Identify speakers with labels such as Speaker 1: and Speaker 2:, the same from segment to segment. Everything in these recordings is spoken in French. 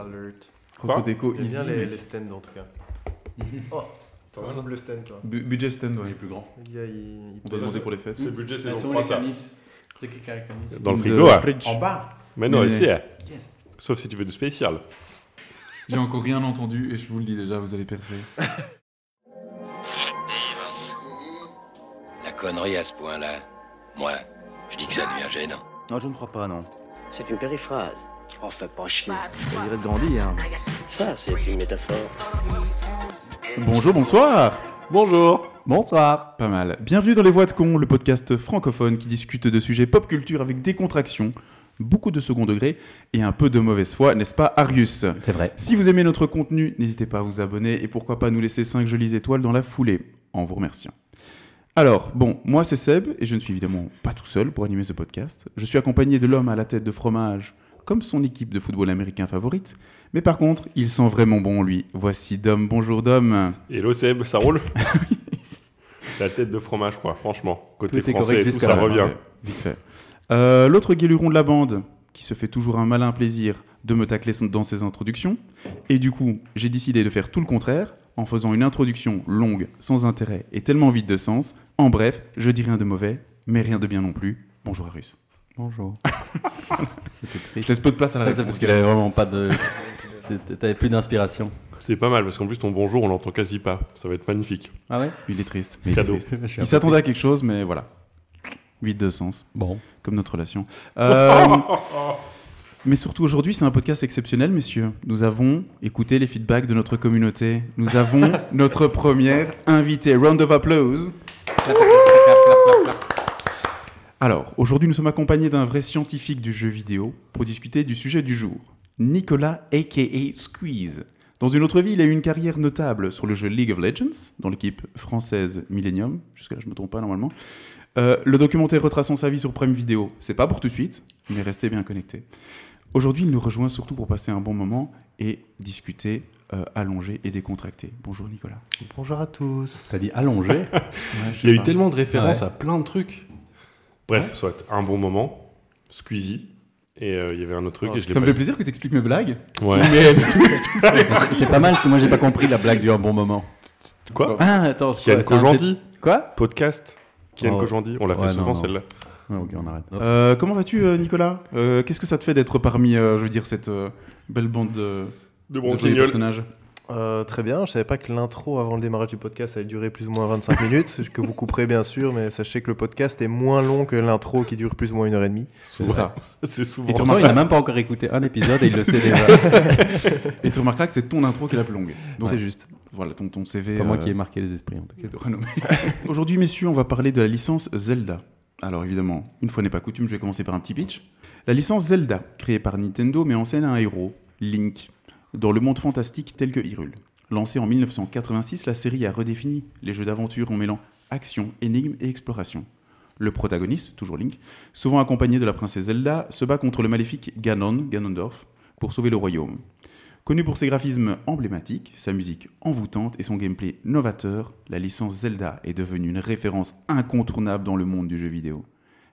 Speaker 1: Alert.
Speaker 2: Quoi
Speaker 3: Cocodeco,
Speaker 1: J'aime
Speaker 3: easy.
Speaker 1: bien les, les stands en tout cas. oh, par exemple le stand toi.
Speaker 3: Bu- budget stand, ouais.
Speaker 4: est plus grand.
Speaker 1: Le gars, il, il
Speaker 3: On doit
Speaker 2: Ça,
Speaker 3: demander
Speaker 2: c'est-
Speaker 3: pour les fêtes.
Speaker 2: Ce budget
Speaker 5: Bah,
Speaker 2: saison
Speaker 4: Elles sont
Speaker 2: 3,
Speaker 4: les
Speaker 2: ça.
Speaker 4: canis. C'est quelqu'un avec
Speaker 5: Euh,
Speaker 4: canis.
Speaker 2: Dans le
Speaker 3: De
Speaker 2: frigo, hein.
Speaker 3: fridge.
Speaker 4: En bas
Speaker 2: Mais non,
Speaker 3: Mais-
Speaker 2: ici. hein.
Speaker 4: Yes.
Speaker 2: Sauf si tu veux du spécial.
Speaker 3: J'ai encore rien entendu et je vous le dis déjà, vous allez percer.
Speaker 6: La connerie à ce point-là, moi, je dis que ça devient gênant.
Speaker 7: Non, je ne crois pas, non.
Speaker 8: C'est une périphrase. Enfin, pas chier.
Speaker 7: Ça dirait de grandir. hein.
Speaker 8: Ça, c'est une métaphore.
Speaker 3: Bonjour, bonsoir
Speaker 2: Bonjour.
Speaker 3: Bonsoir Pas mal. Bienvenue dans Les Voix de Con, le podcast francophone qui discute de sujets pop culture avec décontraction, beaucoup de second degré et un peu de mauvaise foi, n'est-ce pas, Arius
Speaker 7: C'est vrai.
Speaker 3: Si vous aimez notre contenu, n'hésitez pas à vous abonner et pourquoi pas nous laisser 5 jolies étoiles dans la foulée, en vous remerciant. Alors, bon, moi c'est Seb et je ne suis évidemment pas tout seul pour animer ce podcast. Je suis accompagné de l'homme à la tête de fromage, comme son équipe de football américain favorite. Mais par contre, il sent vraiment bon lui. Voici Dom, bonjour Dom.
Speaker 2: Hello Seb, ça roule La tête de fromage, quoi, franchement. Côté
Speaker 5: Tout est
Speaker 2: français
Speaker 5: correct
Speaker 2: et tout,
Speaker 5: jusqu'à
Speaker 2: ça
Speaker 5: la fin.
Speaker 2: revient.
Speaker 3: Vite fait. Euh, L'autre guéluron de la bande, qui se fait toujours un malin plaisir de me tacler son- dans ses introductions. Et du coup, j'ai décidé de faire tout le contraire, en faisant une introduction longue, sans intérêt et tellement vide de sens. En bref, je dis rien de mauvais, mais rien de bien non plus. Bonjour Arus.
Speaker 5: Bonjour. C'était
Speaker 3: Je
Speaker 5: triste.
Speaker 3: laisse peu de place à la
Speaker 5: Ouais, c'est
Speaker 3: réponse.
Speaker 5: parce qu'elle avait vraiment pas de. T'étais- T'avais plus d'inspiration.
Speaker 2: C'est pas mal, parce qu'en plus, ton bonjour, on l'entend quasi pas. Ça va être magnifique.
Speaker 5: Ah ouais
Speaker 3: Il est triste. mais il est
Speaker 2: Cadeau.
Speaker 3: triste.
Speaker 5: Je suis un
Speaker 3: Il
Speaker 5: peu
Speaker 3: s'attendait à quelque chose, mais voilà. Vide de sens.
Speaker 5: triste. Bon.
Speaker 3: comme notre relation. Euh, mais surtout aujourd'hui, c'est un podcast exceptionnel, messieurs. Nous avons écouté les feedbacks de notre communauté. Nous avons notre première invitée. Round of applause. Alors, aujourd'hui, nous sommes accompagnés d'un vrai scientifique du jeu vidéo pour discuter du sujet du jour. Nicolas, a.k.a. Squeeze. Dans une autre vie, il a eu une carrière notable sur le jeu League of Legends, dans l'équipe française Millennium. Jusque-là, je me trompe pas normalement. Euh, le documentaire retraçant sa vie sur Prime Video, c'est pas pour tout de suite, mais restez bien connectés. Aujourd'hui, il nous rejoint surtout pour passer un bon moment et discuter, euh, allongé et décontracté. Bonjour Nicolas.
Speaker 1: Bonjour à tous.
Speaker 5: T'as dit allongé
Speaker 4: Il y a eu tellement de références
Speaker 5: Ouais.
Speaker 4: à plein de trucs.
Speaker 2: Bref, soit un bon moment, Squeezie, et euh, il y avait un autre truc.
Speaker 1: Oh,
Speaker 2: et je l'ai
Speaker 3: Ça me
Speaker 2: pas
Speaker 3: fait plaisir que tu expliques mes blagues.
Speaker 2: vu. Ouais.
Speaker 5: C'est- C'est pas mal parce que moi j'ai pas compris la blague du un bon moment.
Speaker 2: Quoi
Speaker 5: Ah attends,
Speaker 2: Kian
Speaker 5: quoi, c'est un
Speaker 2: Kojandi,
Speaker 5: titre- Quoi
Speaker 2: podcast. Kian
Speaker 5: Oh.
Speaker 2: Kojandi, on l'a fait
Speaker 5: Ouais, non,
Speaker 2: souvent
Speaker 5: non.
Speaker 2: celle-là.
Speaker 5: Ouais, Ok, on arrête.
Speaker 3: Euh, comment vas-tu euh, Nicolas Euh, Qu'est-ce que ça te fait d'être parmi, euh, je veux dire, cette euh, belle bande de,
Speaker 2: De
Speaker 3: de jolis
Speaker 2: Bronquignol.
Speaker 3: personnages
Speaker 1: Euh, très bien, je savais pas que l'intro avant le démarrage du podcast allait durer plus ou moins 25 minutes, ce que vous couperez bien sûr, mais sachez que le podcast est moins long que l'intro qui dure plus ou moins une heure et demie.
Speaker 3: C'est ça.
Speaker 2: C'est
Speaker 5: Et
Speaker 2: souvent.
Speaker 5: pourtant, il a même pas encore écouté un épisode et il le sait déjà.
Speaker 3: Et tu remarqueras que c'est ton intro qui est la plus longue. Donc
Speaker 1: C'est juste.
Speaker 3: voilà, ton, ton CV.
Speaker 5: Pas moi
Speaker 3: euh,
Speaker 5: qui ai marqué les esprits en tout cas.
Speaker 3: de renommée. Aujourd'hui, messieurs, on va parler de la licence Zelda. Alors évidemment, une fois n'est pas coutume, je vais commencer par un petit pitch. La licence Zelda, créée par Nintendo, met en scène un héros, Link, dans le monde fantastique tel que Hyrule. Lancée en 1986, la série a redéfini les jeux d'aventure en mêlant action, énigme et exploration. Le protagoniste, toujours Link, souvent accompagné de la princesse Zelda, se bat contre le maléfique Ganon, Ganondorf, pour sauver le royaume. Connu pour ses graphismes emblématiques, sa musique envoûtante et son gameplay novateur, la licence Zelda est devenue une référence incontournable dans le monde du jeu vidéo.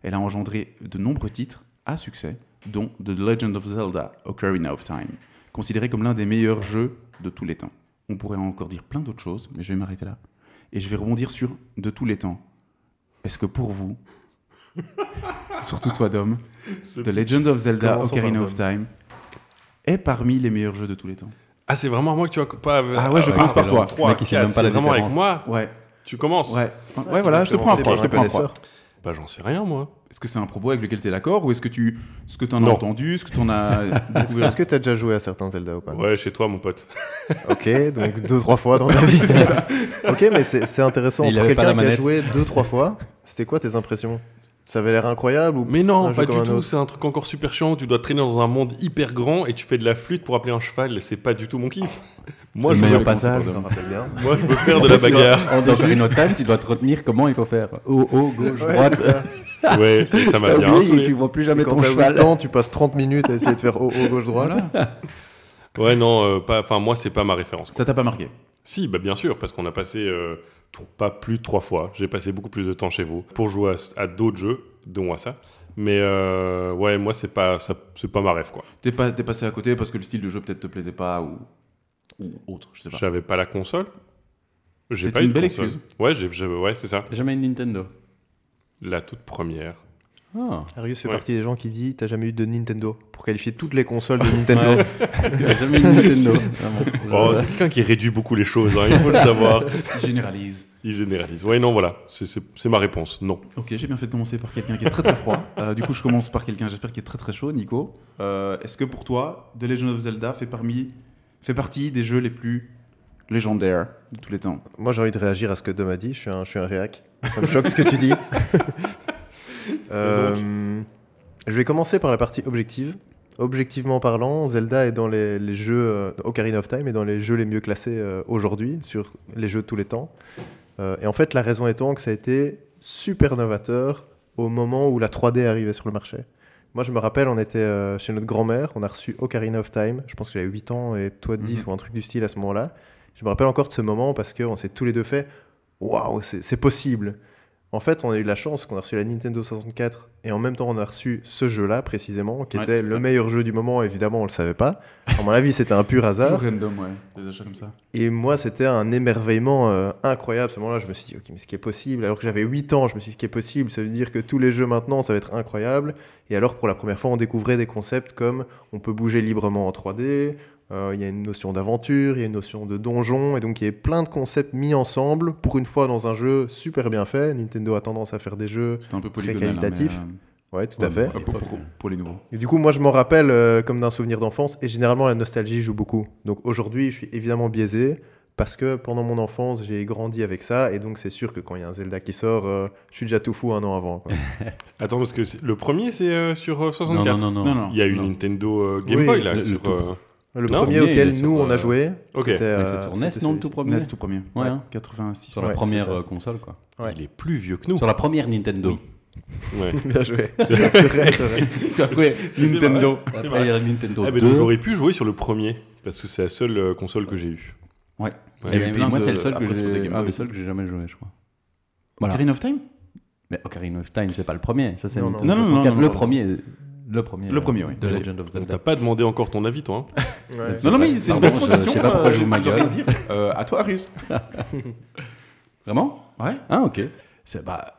Speaker 3: Elle a engendré de nombreux titres à succès, dont The Legend of Zelda Ocarina of Time, considéré comme l'un des meilleurs jeux de tous les temps. On pourrait encore dire plein d'autres choses, mais je vais m'arrêter là. Et je vais rebondir sur de tous les temps. Est-ce que pour vous, surtout toi Dom,
Speaker 2: Ce-
Speaker 3: The Legend of Zelda
Speaker 1: Commençons par
Speaker 3: Ocarina of Time est parmi les meilleurs jeux de tous les temps
Speaker 2: Ah, c'est vraiment à moi que tu as. Pas...
Speaker 3: Ah ouais, je commence par toi.
Speaker 5: Le mec, il sait même pas la
Speaker 2: vraiment avec
Speaker 5: différence.
Speaker 2: moi.
Speaker 3: Ouais,
Speaker 2: Tu commences
Speaker 3: ouais. Ouais, voilà,
Speaker 1: euh,
Speaker 3: je te prends un froid, je te prends un froid.
Speaker 2: Bah, j'en sais rien, moi.
Speaker 3: Est-ce que c'est un propos avec lequel tu es d'accord ou est-ce que tu ce que t'en as
Speaker 2: Non.
Speaker 3: entendu, ce que t'en as
Speaker 1: Est-ce que-
Speaker 3: découvert
Speaker 1: est-ce que t'as déjà joué à certains Zelda
Speaker 5: Bah,
Speaker 1: ou pas
Speaker 2: Ouais, chez toi, mon pote.
Speaker 1: Ok, donc deux trois fois dans ta vie. c'est ça ok, mais c'est c'est intéressant.
Speaker 5: Et il
Speaker 1: Pour
Speaker 5: avait pas
Speaker 1: quelqu'un
Speaker 5: la
Speaker 1: qui a
Speaker 5: manette.
Speaker 1: joué deux trois fois, c'était quoi tes impressions Ça avait l'air incroyable ou
Speaker 2: Mais
Speaker 1: Un
Speaker 2: non,
Speaker 1: jeu
Speaker 2: pas
Speaker 1: comme
Speaker 2: du
Speaker 1: un
Speaker 2: tout.
Speaker 1: autre.
Speaker 2: C'est un truc encore super chiant où tu dois traîner dans un monde hyper grand et tu fais de la flûte pour appeler un cheval. C'est pas du tout mon kiff. Moi, je,
Speaker 5: Le
Speaker 2: veux,
Speaker 5: meilleur passage.
Speaker 1: Je me rappelle bien.
Speaker 2: moi, je veux faire de la bagarre.
Speaker 5: En dans Ocarina of Time, tu dois te retenir comment il faut faire. Haut, haut, gauche,
Speaker 1: Ouais,
Speaker 5: droite.
Speaker 1: c'est ça.
Speaker 2: Ouais, et ça
Speaker 5: Si
Speaker 2: m'a
Speaker 5: t'as
Speaker 2: bien
Speaker 5: oublié, tu
Speaker 2: insolé.
Speaker 5: vois plus jamais
Speaker 1: quand
Speaker 5: ton
Speaker 1: t'as
Speaker 5: cheval.
Speaker 1: 8 ans, tu passes 30 minutes à essayer de faire haut, haut, gauche, droite.
Speaker 3: Voilà.
Speaker 2: Ouais, non, euh, pas. Enfin, moi, c'est pas ma référence.
Speaker 3: Ça t'a pas marqué
Speaker 2: Si, bah bien sûr, parce qu'on a passé euh, tr- pas plus de trois fois. J'ai passé beaucoup plus de temps chez vous pour jouer à, s- à d'autres jeux, dont à ça. Mais euh, ouais, moi, c'est pas, ça- c'est pas ma rêve, quoi.
Speaker 3: T'es pas- t'es passé à côté parce que le style de jeu peut-être te plaisait pas ou, ou autre, je sais pas.
Speaker 2: J'avais pas la console. J'ai
Speaker 3: C'est
Speaker 2: pas
Speaker 3: Bah. une
Speaker 2: eu de
Speaker 3: belle
Speaker 2: console.
Speaker 3: excuse.
Speaker 2: Ouais, j'ai- j'ai- ouais c'est ça.
Speaker 5: T'as jamais une Nintendo
Speaker 2: La toute première.
Speaker 3: Ah.
Speaker 1: Arius fait
Speaker 2: Ouais.
Speaker 1: partie des gens qui dit T'as jamais eu de Nintendo pour qualifier toutes les consoles de Nintendo.
Speaker 5: Ouais. Parce que t'as jamais une Nintendo. Vraiment.
Speaker 2: Oh, c'est quelqu'un qui réduit beaucoup les choses, hein, il faut le savoir.
Speaker 3: Généralise.
Speaker 2: Il généralise. Ouais, non, voilà. C'est- C'est c'est ma réponse. Non.
Speaker 3: Ok, j'ai bien fait de commencer par quelqu'un qui est très très froid. Euh, du coup, je commence par quelqu'un, j'espère, qui est très très chaud, Nico. Euh, Est-ce que pour toi, The Legend of Zelda fait, parmi, fait partie des jeux les plus légendaires de tous les temps
Speaker 1: Moi, j'ai envie de réagir à ce que Dom a dit. Je suis un, je suis un réac. Ça me choque ce que tu dis. Euh, je vais commencer par la partie objective. Objectivement parlant, Zelda est dans les, les jeux euh, Ocarina of Time est dans les jeux les mieux classés euh, aujourd'hui sur les jeux de tous les temps. Euh, et en fait, la raison étant que ça a été super novateur au moment où la 3D arrivait sur le marché. Moi, je me rappelle, on était euh, chez notre grand-mère, on a reçu Ocarina of Time. Je pense que j'avais 8 ans et toi 10
Speaker 3: Mhm.
Speaker 1: ou un truc du style à ce moment-là. Je me rappelle encore de ce moment parce qu'on s'est tous les deux fait Waouh, c'est c'est possible En fait, on a eu la chance qu'on a reçu la Nintendo 64 et en même temps, on a reçu ce jeu-là précisément, qui
Speaker 3: Ouais,
Speaker 1: était
Speaker 3: c'est
Speaker 1: le
Speaker 3: ça.
Speaker 1: meilleur jeu du moment. Évidemment, on le savait pas. À mon avis, c'était un pur hasard.
Speaker 3: Toujours random, ouais, des achats comme ça.
Speaker 1: Et moi, c'était un émerveillement euh, incroyable. À ce moment-là, je me suis dit, ok, mais ce qui est possible, alors que j'avais 8 ans, je me suis dit, ce qui est possible, ça veut dire que tous les jeux maintenant, ça va être incroyable. Et alors, pour la première fois, on découvrait des concepts comme on peut bouger librement en 3D, euh, il y a une notion d'aventure, il y a une notion de donjon, et donc il y a plein de concepts mis ensemble, pour une fois, dans un jeu super bien fait. Nintendo a tendance à faire des jeux,
Speaker 3: C'était un peu
Speaker 1: Très
Speaker 3: polygonal. hein,
Speaker 1: qualitatif. ouais, tout
Speaker 3: mais, euh,
Speaker 1: à fait.
Speaker 3: ouais, pour, pour- pour les nouveaux.
Speaker 1: Et du coup, moi, je m'en rappelle euh, comme d'un souvenir d'enfance, et généralement, la nostalgie joue beaucoup. Donc aujourd'hui, je suis évidemment biaisé, parce que pendant mon enfance, j'ai grandi avec ça, et donc c'est sûr que quand il y a un Zelda qui sort, euh, je suis déjà tout fou un an avant. quoi.
Speaker 2: Attends, parce que c'est- le premier, c'est euh, sur euh,
Speaker 5: Non,
Speaker 2: 64.
Speaker 5: non, non, non.
Speaker 3: Non, non.
Speaker 2: Il y a eu Nintendo euh, Game
Speaker 1: Oui,
Speaker 2: Boy, là.
Speaker 5: le- le
Speaker 2: sur,
Speaker 5: tout
Speaker 2: euh,
Speaker 1: Le
Speaker 2: Non,
Speaker 1: premier
Speaker 5: premier, il
Speaker 1: auquel
Speaker 5: est sur,
Speaker 1: nous, on a
Speaker 5: euh,
Speaker 1: joué,
Speaker 2: ok.
Speaker 1: c'était...
Speaker 5: Mais
Speaker 1: euh,
Speaker 5: c'est sur
Speaker 1: c'était
Speaker 5: NES, non, le tout
Speaker 1: celui-
Speaker 5: premier
Speaker 3: NES tout premier.
Speaker 5: Ouais, hein.
Speaker 3: 86.
Speaker 5: Sur la
Speaker 1: Ouais,
Speaker 5: première
Speaker 1: c'est ça.
Speaker 5: euh, console, quoi.
Speaker 1: Ouais.
Speaker 2: Il est plus vieux que nous.
Speaker 5: Sur la première Nintendo.
Speaker 2: Ouais.
Speaker 1: Bien joué. c'est vrai, c'est vrai.
Speaker 5: Après, Nintendo.
Speaker 2: C'est
Speaker 5: Après,
Speaker 2: vrai.
Speaker 5: il y a la Nintendo
Speaker 2: Ah, mais
Speaker 5: 2.
Speaker 2: donc, j'aurais pu jouer sur le premier, parce que c'est la seule euh, console que j'ai eue.
Speaker 3: Ouais.
Speaker 2: Ouais.
Speaker 5: Et,
Speaker 3: Il y a eu
Speaker 5: et
Speaker 3: plein
Speaker 5: moi,
Speaker 3: de-
Speaker 5: c'est le seul que
Speaker 3: après, sur des
Speaker 5: j'ai
Speaker 3: Game
Speaker 5: ah,
Speaker 3: Boy.
Speaker 5: le seul que j'ai jamais joué, je crois. Voilà.
Speaker 3: Ocarina of Time
Speaker 5: Mais Ocarina of Time, c'est pas le premier. Ça, c'est
Speaker 1: Non,
Speaker 5: Nintendo
Speaker 3: non. Non, non,
Speaker 5: 64.
Speaker 3: non, non,
Speaker 5: le
Speaker 3: non.
Speaker 5: premier. Le premier.
Speaker 3: Le
Speaker 5: euh,
Speaker 3: premier, oui.
Speaker 5: De Legend of
Speaker 2: On
Speaker 5: Zelda.
Speaker 2: t'a pas demandé encore ton avis, toi. hein.
Speaker 1: Ouais.
Speaker 3: Non, non, mais c'est une
Speaker 5: Pardon,
Speaker 3: belle
Speaker 5: je-
Speaker 3: transition.
Speaker 5: Je sais pas pourquoi
Speaker 3: euh,
Speaker 5: je vous ma
Speaker 3: j'ai rien
Speaker 5: gueule.
Speaker 3: à dire. Euh, À toi, Arus.
Speaker 5: Vraiment
Speaker 3: Ouais.
Speaker 5: Ah, ok. C'est bah.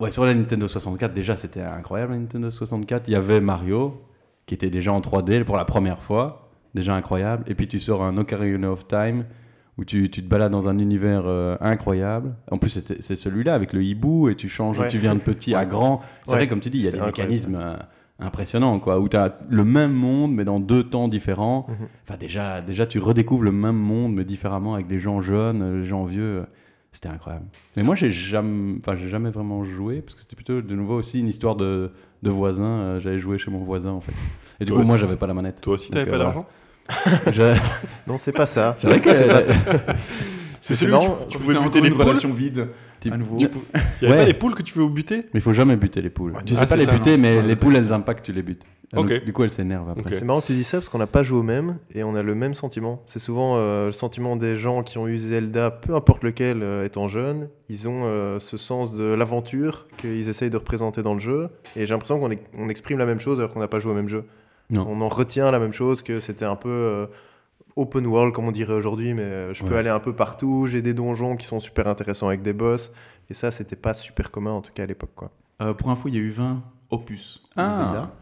Speaker 5: Ouais, sur la Nintendo 64, déjà, c'était incroyable la Nintendo 64. Il y avait Mario, qui était déjà en 3D pour la première fois. Déjà incroyable. Et puis tu sors un Ocarina of Time, où tu, tu te balades dans un univers euh, incroyable. En plus, c'était- c'est celui-là avec le hibou, et tu changes,
Speaker 1: Ouais.
Speaker 5: tu viens de petit à grand. C'est
Speaker 1: Ouais.
Speaker 5: vrai, comme tu dis, il y a des
Speaker 1: C'était incroyable,
Speaker 5: mécanismes euh, impressionnants, quoi, où tu as le même monde, mais dans deux temps différents.
Speaker 1: Mhm.
Speaker 5: Enfin, déjà, déjà, tu redécouvres le même monde, mais différemment, avec les gens jeunes, euh, les gens vieux. C'était incroyable. Mais moi, j'ai jamais, enfin, j'ai jamais vraiment joué, parce que c'était plutôt de nouveau aussi une histoire de, de voisin. Euh, J'allais jouer chez mon voisin, en fait. Et du
Speaker 2: Toi
Speaker 5: coup, moi,
Speaker 2: aussi.
Speaker 5: j'avais pas la manette.
Speaker 2: Toi aussi,
Speaker 5: Donc,
Speaker 2: t'avais pas
Speaker 5: euh,
Speaker 2: d'argent
Speaker 5: voilà. Je-
Speaker 1: Non, c'est pas ça.
Speaker 5: C'est vrai que
Speaker 1: C'est pas
Speaker 5: la-
Speaker 1: ça. c'est
Speaker 2: C'est celui où tu-
Speaker 1: marrant.
Speaker 2: tu
Speaker 3: Tu
Speaker 2: pouvais
Speaker 3: voulais
Speaker 2: buter
Speaker 3: monter
Speaker 2: les
Speaker 3: une
Speaker 2: poules
Speaker 3: relation vide.
Speaker 5: Tu-
Speaker 3: À nouveau.
Speaker 5: tu-
Speaker 2: Il y avait
Speaker 5: Ouais.
Speaker 2: pas les poules que tu pouvais buter
Speaker 5: Mais il faut jamais buter les poules. Tu
Speaker 3: Ah,
Speaker 5: sais pas
Speaker 3: c'est
Speaker 5: les
Speaker 3: ça,
Speaker 5: buter,
Speaker 3: non.
Speaker 5: mais
Speaker 3: Ouais,
Speaker 5: les poules, elles impactent, tu les butes. Et donc,
Speaker 2: Ok.
Speaker 5: Du coup, elles s'énervent
Speaker 2: Ok.
Speaker 5: après.
Speaker 1: C'est marrant que tu dis ça parce qu'on n'a pas joué au même et on a le même sentiment. C'est souvent euh, le sentiment des gens qui ont eu Zelda, peu importe lequel, euh, étant jeunes. Ils ont euh, ce sens de l'aventure qu'ils essayent de représenter dans le jeu. Et j'ai l'impression qu'on ex- on exprime la même chose alors qu'on n'a pas joué au même jeu.
Speaker 5: Non.
Speaker 1: On en retient la même chose que c'était un peu euh, open world comme on dirait aujourd'hui, mais euh, je peux
Speaker 5: Ouais.
Speaker 1: aller un peu partout. J'ai des donjons qui sont super intéressants avec des boss. Et ça, c'était pas super commun en tout cas à l'époque. quoi.
Speaker 3: Euh, pour info, il y a eu 20 opus de
Speaker 5: Ah.
Speaker 3: Zelda.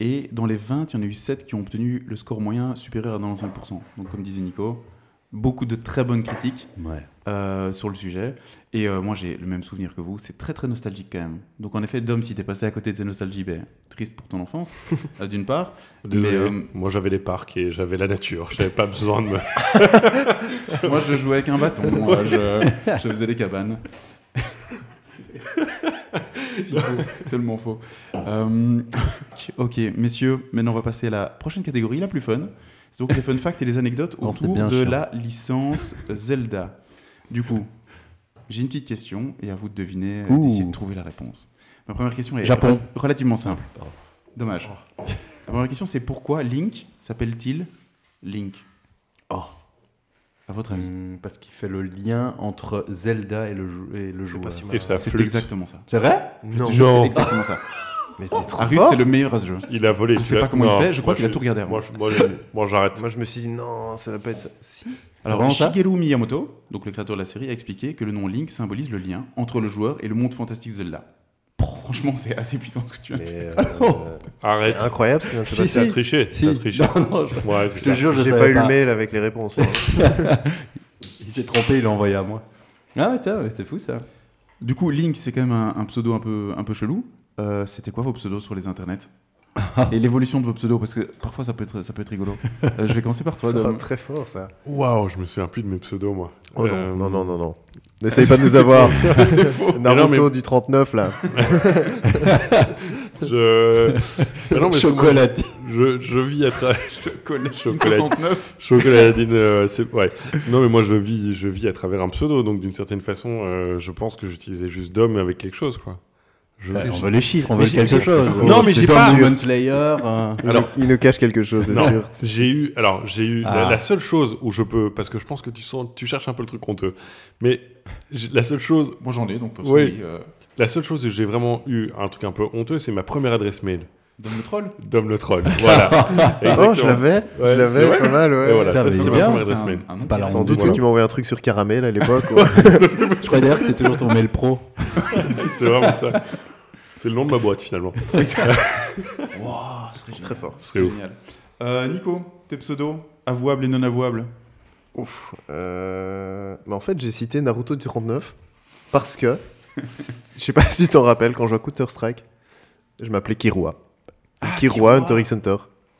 Speaker 3: Et dans les 20, il y en a eu 7 qui ont obtenu le score moyen supérieur à 95%. Donc, comme disait Nico, beaucoup de très bonnes critiques
Speaker 5: Ouais.
Speaker 3: euh, sur le sujet. Et euh, moi, j'ai le même souvenir que vous. C'est très, très nostalgique quand même. Donc, en effet, Dom, si t'es passé à côté de ces nostalgies, ben, triste pour ton enfance, euh, d'une part.
Speaker 2: Désolé.
Speaker 3: Mais, euh,
Speaker 2: Moi, j'avais les parcs et j'avais la nature. J'avais pas besoin de me.
Speaker 3: Moi, je jouais avec un bâton. euh, je, je faisais des cabanes. Si faux, tellement faux. Euh, ok, messieurs, maintenant on va passer à la prochaine catégorie, la plus fun. C'est donc les fun facts et les anecdotes
Speaker 5: Non, c'était
Speaker 3: autour
Speaker 5: bien
Speaker 3: de
Speaker 5: chiant.
Speaker 3: la licence Zelda. Du coup, j'ai une petite question et à vous de deviner, euh,
Speaker 5: Ouh.
Speaker 3: d'essayer de trouver la réponse. Ma première question est
Speaker 5: Japon.
Speaker 3: re- relativement simple. Dommage. Ma première question, c'est pourquoi Link s'appelle-t-il Link
Speaker 5: Oh.
Speaker 3: À votre avis
Speaker 5: Hmm, parce qu'il fait le lien entre Zelda et le, jou- et le joueur.
Speaker 2: Et ça
Speaker 3: C'est
Speaker 2: flûte.
Speaker 3: exactement ça.
Speaker 5: C'est vrai
Speaker 1: Non,
Speaker 3: Je jure, C'est exactement ça.
Speaker 1: mais c'est trop
Speaker 3: Arus,
Speaker 1: fort.
Speaker 3: c'est le meilleur à ce jeu.
Speaker 2: Il a volé.
Speaker 3: Je
Speaker 2: tu
Speaker 3: sais
Speaker 2: l'as-
Speaker 3: pas comment
Speaker 2: Non,
Speaker 3: il fait, je crois
Speaker 2: moi,
Speaker 3: qu'il a tout regardé hein. avant.
Speaker 2: Moi, je- moi, je- moi, j'arrête.
Speaker 1: Moi, je me suis dit, non, ça va pas être ça. Si.
Speaker 3: Alors,
Speaker 5: vraiment ça
Speaker 3: Shigeru Miyamoto, donc le créateur de la série, a expliqué que le nom Link symbolise le lien entre le joueur et le monde fantastique Zelda. Franchement, c'est assez puissant ce que tu as
Speaker 1: Mais
Speaker 3: fait.
Speaker 1: euh,
Speaker 2: Arrête. Bah,
Speaker 1: c'est incroyable ce qui vient de se
Speaker 5: Si,
Speaker 1: passer.
Speaker 5: si.
Speaker 2: T'as triché.
Speaker 5: Si.
Speaker 2: T'as triché.
Speaker 5: Non, non, je-
Speaker 2: Ouais, c'est
Speaker 5: je te
Speaker 2: ça.
Speaker 5: jure, je
Speaker 1: J'ai
Speaker 5: savais
Speaker 1: pas eu
Speaker 5: pas.
Speaker 1: le mail avec les réponses. hein.
Speaker 5: Il s'est trompé, il l'a envoyé à moi. Ah ouais, tiens, mais c'est fou ça.
Speaker 3: Du coup, Link, c'est quand même un, un pseudo un peu, un peu chelou. Euh, C'était quoi vos pseudos sur les internets Et l'évolution de vos pseudos, parce que parfois ça peut être, ça peut être rigolo. Euh, je vais commencer
Speaker 5: Oh,
Speaker 3: par toi,
Speaker 1: C'est pas
Speaker 3: Dom.
Speaker 1: très fort ça.
Speaker 2: Waouh, je me souviens plus de mes pseudos, moi.
Speaker 1: Oh
Speaker 2: Euh,
Speaker 1: non, non, non, non, non. N'essaye pas de nous avoir. Naruto
Speaker 2: Mais non, mais-
Speaker 1: du 39 là.
Speaker 2: Je. Ah non, mais je-
Speaker 5: Chocolatine.
Speaker 2: Je, je vis à travers. Chocolat.
Speaker 3: 69.
Speaker 2: Chocolatine, euh, c'est. Ouais. Non, mais moi, je vis, je vis à travers un pseudo, donc d'une certaine façon, euh, je pense que j'utilisais juste Dom avec quelque chose, quoi. Je
Speaker 3: Bah,
Speaker 5: Ouais, on veut les chiffres, on veut
Speaker 3: Mais j'ai-
Speaker 5: quelque
Speaker 3: j'ai-
Speaker 5: chose.
Speaker 2: Non, mais
Speaker 5: C'est
Speaker 2: j'ai
Speaker 5: comme
Speaker 2: pas-
Speaker 5: Demon Slayer. euh,
Speaker 1: Il,
Speaker 2: Alors-
Speaker 1: nous, il nous cache quelque chose, c'est
Speaker 2: Non,
Speaker 1: sûr.
Speaker 2: j'ai eu. Alors, j'ai eu. La,
Speaker 5: Ah.
Speaker 2: la seule chose où je peux. Parce que je pense que tu, sens, tu cherches un peu le truc honteux. Mais j'ai- la seule chose.
Speaker 3: Moi j'en ai, donc parce
Speaker 2: Oui.
Speaker 3: que, euh,
Speaker 2: La seule chose où j'ai vraiment eu un truc un peu honteux, c'est ma première adresse mail.
Speaker 3: Dom le troll.
Speaker 2: Dom le troll. Voilà.
Speaker 1: Oh, je
Speaker 2: Exactement.
Speaker 1: l'avais,
Speaker 2: Ouais,
Speaker 1: je
Speaker 2: c'est
Speaker 1: l'avais
Speaker 2: vrai.
Speaker 1: pas mal, ouais.
Speaker 2: Et voilà,
Speaker 5: Putain,
Speaker 2: ça,
Speaker 5: mais
Speaker 2: c'était
Speaker 5: c'est
Speaker 2: ma
Speaker 5: bien,
Speaker 2: première
Speaker 3: c'est
Speaker 2: adresse
Speaker 3: un-
Speaker 2: mail.
Speaker 3: un
Speaker 5: C'est
Speaker 3: nom
Speaker 5: pas la
Speaker 3: qui
Speaker 1: Sans
Speaker 5: honte.
Speaker 1: doute
Speaker 2: Voilà.
Speaker 1: que tu m'envoyais un truc sur caramel à l'époque. quoi.
Speaker 5: Je crois d'ailleurs que c'est toujours ton mail pro.
Speaker 2: C'est vraiment ça. C'est le nom de ma boîte, finalement.
Speaker 3: reste- Wow, ce serait génial.
Speaker 1: Très fort.
Speaker 3: Ce
Speaker 2: C'est
Speaker 3: serait
Speaker 2: ouf.
Speaker 3: génial. Euh, Nico, tes pseudos avouables et non avouables
Speaker 1: Ouf. Euh, Mais en fait, j'ai cité Naruto du 39 parce que, je sais pas si tu t'en rappelles, quand je jouais à Counter-Strike, je m'appelais Kirua. Kirua, Hunter x Hunter.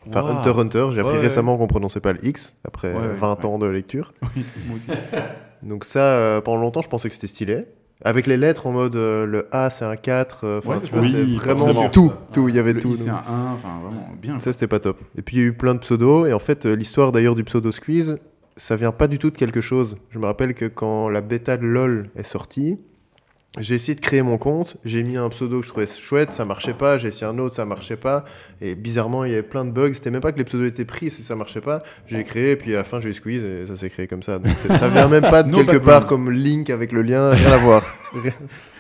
Speaker 1: Enfin,
Speaker 3: Wow.
Speaker 1: Hunter Hunter, j'ai appris
Speaker 3: Ah, Ouais.
Speaker 1: récemment qu'on prononçait pas le X après
Speaker 3: Ouais, ouais,
Speaker 1: 20
Speaker 3: ouais.
Speaker 1: ans de lecture.
Speaker 3: Moi aussi.
Speaker 1: Donc, ça, euh, pendant longtemps, je pensais que c'était stylé. Avec les lettres en mode euh, le A c'est un 4, euh, enfin,
Speaker 3: Ouais,
Speaker 1: tu
Speaker 3: c'est
Speaker 1: vois,
Speaker 2: ça.
Speaker 1: c'est
Speaker 2: Oui,
Speaker 1: vraiment
Speaker 2: forcément.
Speaker 1: tout, tout, il y avait
Speaker 3: Le
Speaker 1: tout.
Speaker 3: i, c'est
Speaker 1: donc.
Speaker 3: un 1, enfin vraiment bien.
Speaker 1: Ça, c'était pas top. Et puis, il y a eu plein de pseudos. Et en fait, euh, l'histoire d'ailleurs du pseudo Squeeze, ça vient pas du tout de quelque chose. Je me rappelle que quand la bêta de LoL est sortie, j'ai essayé de créer mon compte. J'ai mis un pseudo que je trouvais chouette, ça marchait pas. J'ai essayé un autre, ça marchait pas. Et bizarrement, il y avait plein de bugs. C'était même pas que les pseudos étaient pris, c'est que ça marchait pas. J'ai créé, et puis à la fin, j'ai eu Squeeze, et ça s'est créé comme ça. Donc, c'est- ça vient même pas de
Speaker 3: No
Speaker 1: quelque
Speaker 3: background.
Speaker 1: part comme link avec le lien, rien à voir.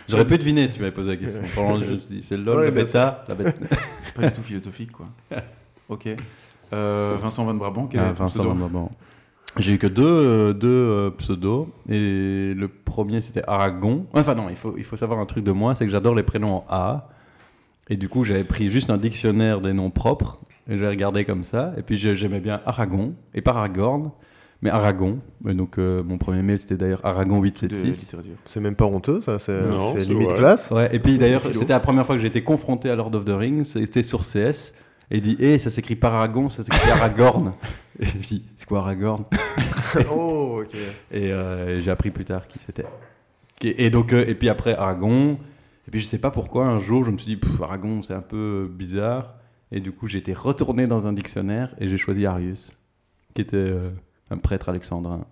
Speaker 5: J'aurais pu deviner si tu m'avais posé la question. Pendant le jeu, je me suis dit, c'est le LOL,
Speaker 1: Ouais,
Speaker 5: la
Speaker 1: bien
Speaker 5: bêta, la bêta.
Speaker 3: Pas du tout philosophique, quoi. Ok. Euh, Vincent Van Brabant, quel
Speaker 5: Ah,
Speaker 3: est ton
Speaker 5: Vincent
Speaker 3: pseudo
Speaker 5: Van Brabant. J'ai eu que deux, euh, deux euh, pseudos. Et le premier, c'était Aragon. Enfin, non, il faut, il faut savoir un truc de moi c'est que j'adore les prénoms en A. Et du coup, j'avais pris juste un dictionnaire des noms propres. Et j'ai regardé comme ça. Et puis, j'ai- j'aimais bien Aragon. Et pas Aragorn, mais Aragon. Et donc, euh, mon premier mail, c'était d'ailleurs Aragon
Speaker 3: de
Speaker 5: 876.
Speaker 3: littérature.
Speaker 1: C'est même pas honteux, ça. C'est
Speaker 2: Non,
Speaker 1: c'est
Speaker 2: c'est
Speaker 1: limite
Speaker 2: vrai.
Speaker 1: classe.
Speaker 5: Ouais, et puis d'ailleurs,
Speaker 3: c'est philo.
Speaker 5: c'était la première fois que j'ai été confronté à Lord of the Rings. C'était sur CS. Et il dit, hé, ça s'écrit pas Aragon, ça s'écrit Aragorn. et je me dis, c'est quoi Aragorn
Speaker 1: oh, ok.
Speaker 5: Et euh, j'ai appris plus tard qui c'était. Qui- Et donc, euh, et puis après Aragon. Et puis je sais pas pourquoi un jour je me suis dit Pff, Aragon c'est un peu euh, bizarre. Et du coup j'ai été retourné dans un dictionnaire et j'ai choisi Arius, qui était euh, un prêtre alexandrin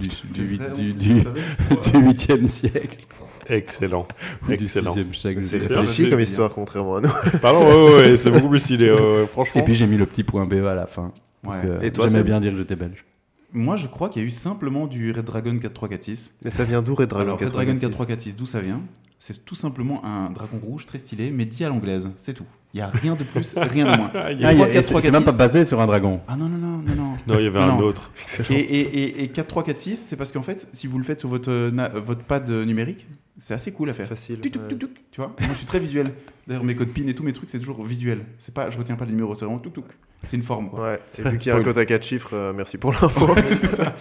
Speaker 5: du, du, huit- du, du, du 8e siècle
Speaker 2: Excellent.
Speaker 5: ou
Speaker 2: Excellent.
Speaker 5: du 6e siècle. je
Speaker 1: C'est
Speaker 5: sais pas.
Speaker 2: clair,
Speaker 1: réfléchi
Speaker 2: c'est
Speaker 1: comme
Speaker 2: bien.
Speaker 1: histoire, contrairement à nous.
Speaker 2: Pardon, ouais, ouais, ouais, c'est beaucoup plus stylé, euh, franchement.
Speaker 5: Et puis j'ai mis le petit point BE à la fin. Parce
Speaker 3: Ouais.
Speaker 5: que
Speaker 1: Et toi,
Speaker 5: j'aimais
Speaker 1: Seb
Speaker 5: bien dire que j'étais belge.
Speaker 3: Moi, je crois qu'il y a eu simplement du Red Dragon 4346.
Speaker 1: Mais ça vient d'où Red Dragon
Speaker 3: Alors, Red Dragon
Speaker 1: 86?
Speaker 3: 4346, d'où ça vient C'est tout simplement un dragon rouge très stylé, mais dit à l'anglaise. C'est tout. Il n'y a rien de plus, rien de moins.
Speaker 2: Ah, il y a-
Speaker 5: Ah, il y
Speaker 3: 3,
Speaker 5: a-
Speaker 3: 4,
Speaker 5: c'est c'est même pas
Speaker 3: 4,
Speaker 5: basé sur un dragon.
Speaker 3: Ah non, non, non, non, non.
Speaker 2: Non, il y avait
Speaker 3: Non,
Speaker 2: un
Speaker 3: non.
Speaker 2: autre.
Speaker 3: Et, et, et, et 4346, c'est parce qu'en fait, si vous le faites sur votre, euh, na- votre pad euh, numérique, c'est assez cool à faire.
Speaker 1: Facile.
Speaker 3: Tuc, tuc, tuc, tuc, tu vois Moi, je suis très visuel. D'ailleurs, mes codes PIN et tous mes trucs, c'est toujours visuel. C'est pas, je retiens pas les numéros, c'est vraiment tout tout. C'est une forme. Quoi.
Speaker 1: Ouais, et vu qu'il y a un
Speaker 2: Spoil.
Speaker 1: code à 4 chiffres, euh, merci pour l'info.
Speaker 3: c'est ça.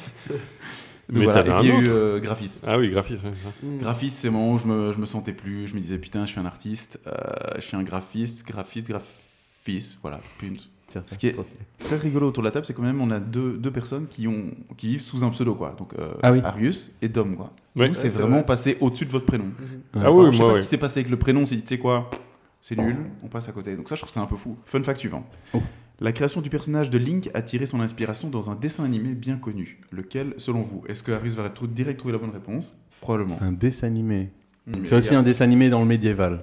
Speaker 3: Donc
Speaker 2: Mais
Speaker 3: voilà.
Speaker 2: t'avais
Speaker 3: Et puis, il y a
Speaker 2: un
Speaker 3: eu
Speaker 2: autre.
Speaker 3: euh, Graphis.
Speaker 2: Ah oui, graphiste, ouais, c'est ça.
Speaker 3: Graphis, c'est le moment où je me, je me sentais plus. Je me disais, putain, je suis un artiste, euh, je suis un graphiste, graphiste, graphiste. Voilà, punt.
Speaker 5: Tiens, ça,
Speaker 3: Ce qui est-
Speaker 5: trop stylé.
Speaker 3: très rigolo autour de la table, c'est quand même on a deux, deux personnes qui, ont, qui vivent sous un pseudo, quoi. Donc euh,
Speaker 5: Ah oui.
Speaker 3: Arius et Dom, quoi.
Speaker 2: Ouais.
Speaker 3: Vous, c'est
Speaker 1: Ouais, c'est
Speaker 3: vraiment
Speaker 1: vrai.
Speaker 3: passé au-dessus de votre prénom.
Speaker 2: Ah oui,
Speaker 3: je sais
Speaker 2: moi,
Speaker 3: pas
Speaker 2: ouais.
Speaker 3: ce qui s'est passé avec le prénom, c'est dit, tu sais quoi, c'est nul, on passe à côté. Donc ça, je trouve ça un peu fou. Fun fact suivant.
Speaker 5: Oh.
Speaker 3: La création du personnage de Link a tiré son inspiration dans un dessin animé bien connu. Lequel, selon vous Est-ce que Arius va trou- direct trouver la bonne réponse Probablement.
Speaker 5: Un dessin animé.
Speaker 3: Mais
Speaker 5: C'est aussi
Speaker 3: il y a-
Speaker 5: un dessin animé dans le médiéval.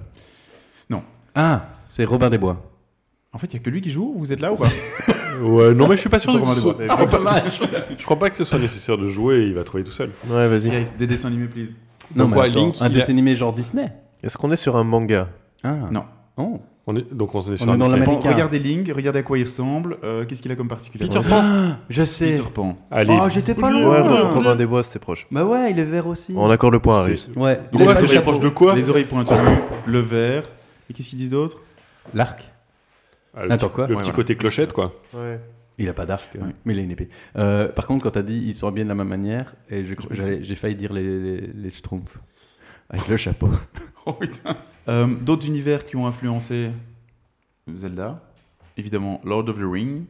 Speaker 3: Non.
Speaker 5: Ah, c'est Robin des Bois.
Speaker 3: En fait, il n'y a que lui qui joue Vous êtes là ou pas
Speaker 2: Ouais, non, mais je suis pas sûr de
Speaker 3: Pour
Speaker 2: que ce
Speaker 3: moi,
Speaker 2: soit- je crois pas- Je crois pas que ce soit nécessaire de jouer, il va trouver tout seul.
Speaker 1: Ouais, vas-y.
Speaker 3: Guys, des dessins animés, please.
Speaker 5: Non,
Speaker 2: Donc
Speaker 5: mais
Speaker 2: quoi,
Speaker 5: attends,
Speaker 2: Link, il
Speaker 5: un
Speaker 2: a-
Speaker 5: dessin animé genre Disney
Speaker 1: Est-ce qu'on est sur un manga
Speaker 5: ah.
Speaker 3: Non.
Speaker 5: Oh.
Speaker 2: On est- Donc on est sur
Speaker 5: est
Speaker 2: un
Speaker 5: dans la
Speaker 2: Disney.
Speaker 5: même-
Speaker 3: Bon,
Speaker 5: Américain.
Speaker 3: regardez Link, regardez à quoi il ressemble, euh, qu'est-ce qu'il a comme particularité
Speaker 2: Peter Pan.
Speaker 5: Je sais.
Speaker 3: Peter Pan.
Speaker 2: Allez.
Speaker 3: Oh,
Speaker 5: Oh, j'étais pas
Speaker 1: Ouais, Ro- Robin des Bois, c'était proche.
Speaker 5: Bah ouais, il est vert aussi.
Speaker 1: On accorde le point à Rius.
Speaker 5: Ouais.
Speaker 2: Donc
Speaker 5: Il
Speaker 2: quoi,
Speaker 5: a pas
Speaker 2: c'est
Speaker 5: le chapeau.
Speaker 2: proche de quoi
Speaker 3: Les oreilles pointues, le verre. Et qu'est-ce qu'ils disent d'autre
Speaker 5: L'arc.
Speaker 2: Ah, le
Speaker 5: Attends,
Speaker 2: petit-
Speaker 5: quoi
Speaker 2: Le
Speaker 3: Ouais,
Speaker 2: petit
Speaker 3: voilà.
Speaker 2: côté clochette, quoi.
Speaker 1: Ouais.
Speaker 5: Il a pas d'arc, euh,
Speaker 3: Ouais.
Speaker 5: mais il a une épée. Euh, par contre, quand t'as dit ils sont bien de la même manière, et je- j'allais- j'ai failli dire les, les, les schtroumpfs. Avec le chapeau.
Speaker 3: Oh putain. Euh, D'autres univers qui ont influencé Zelda, évidemment Lord of the Ring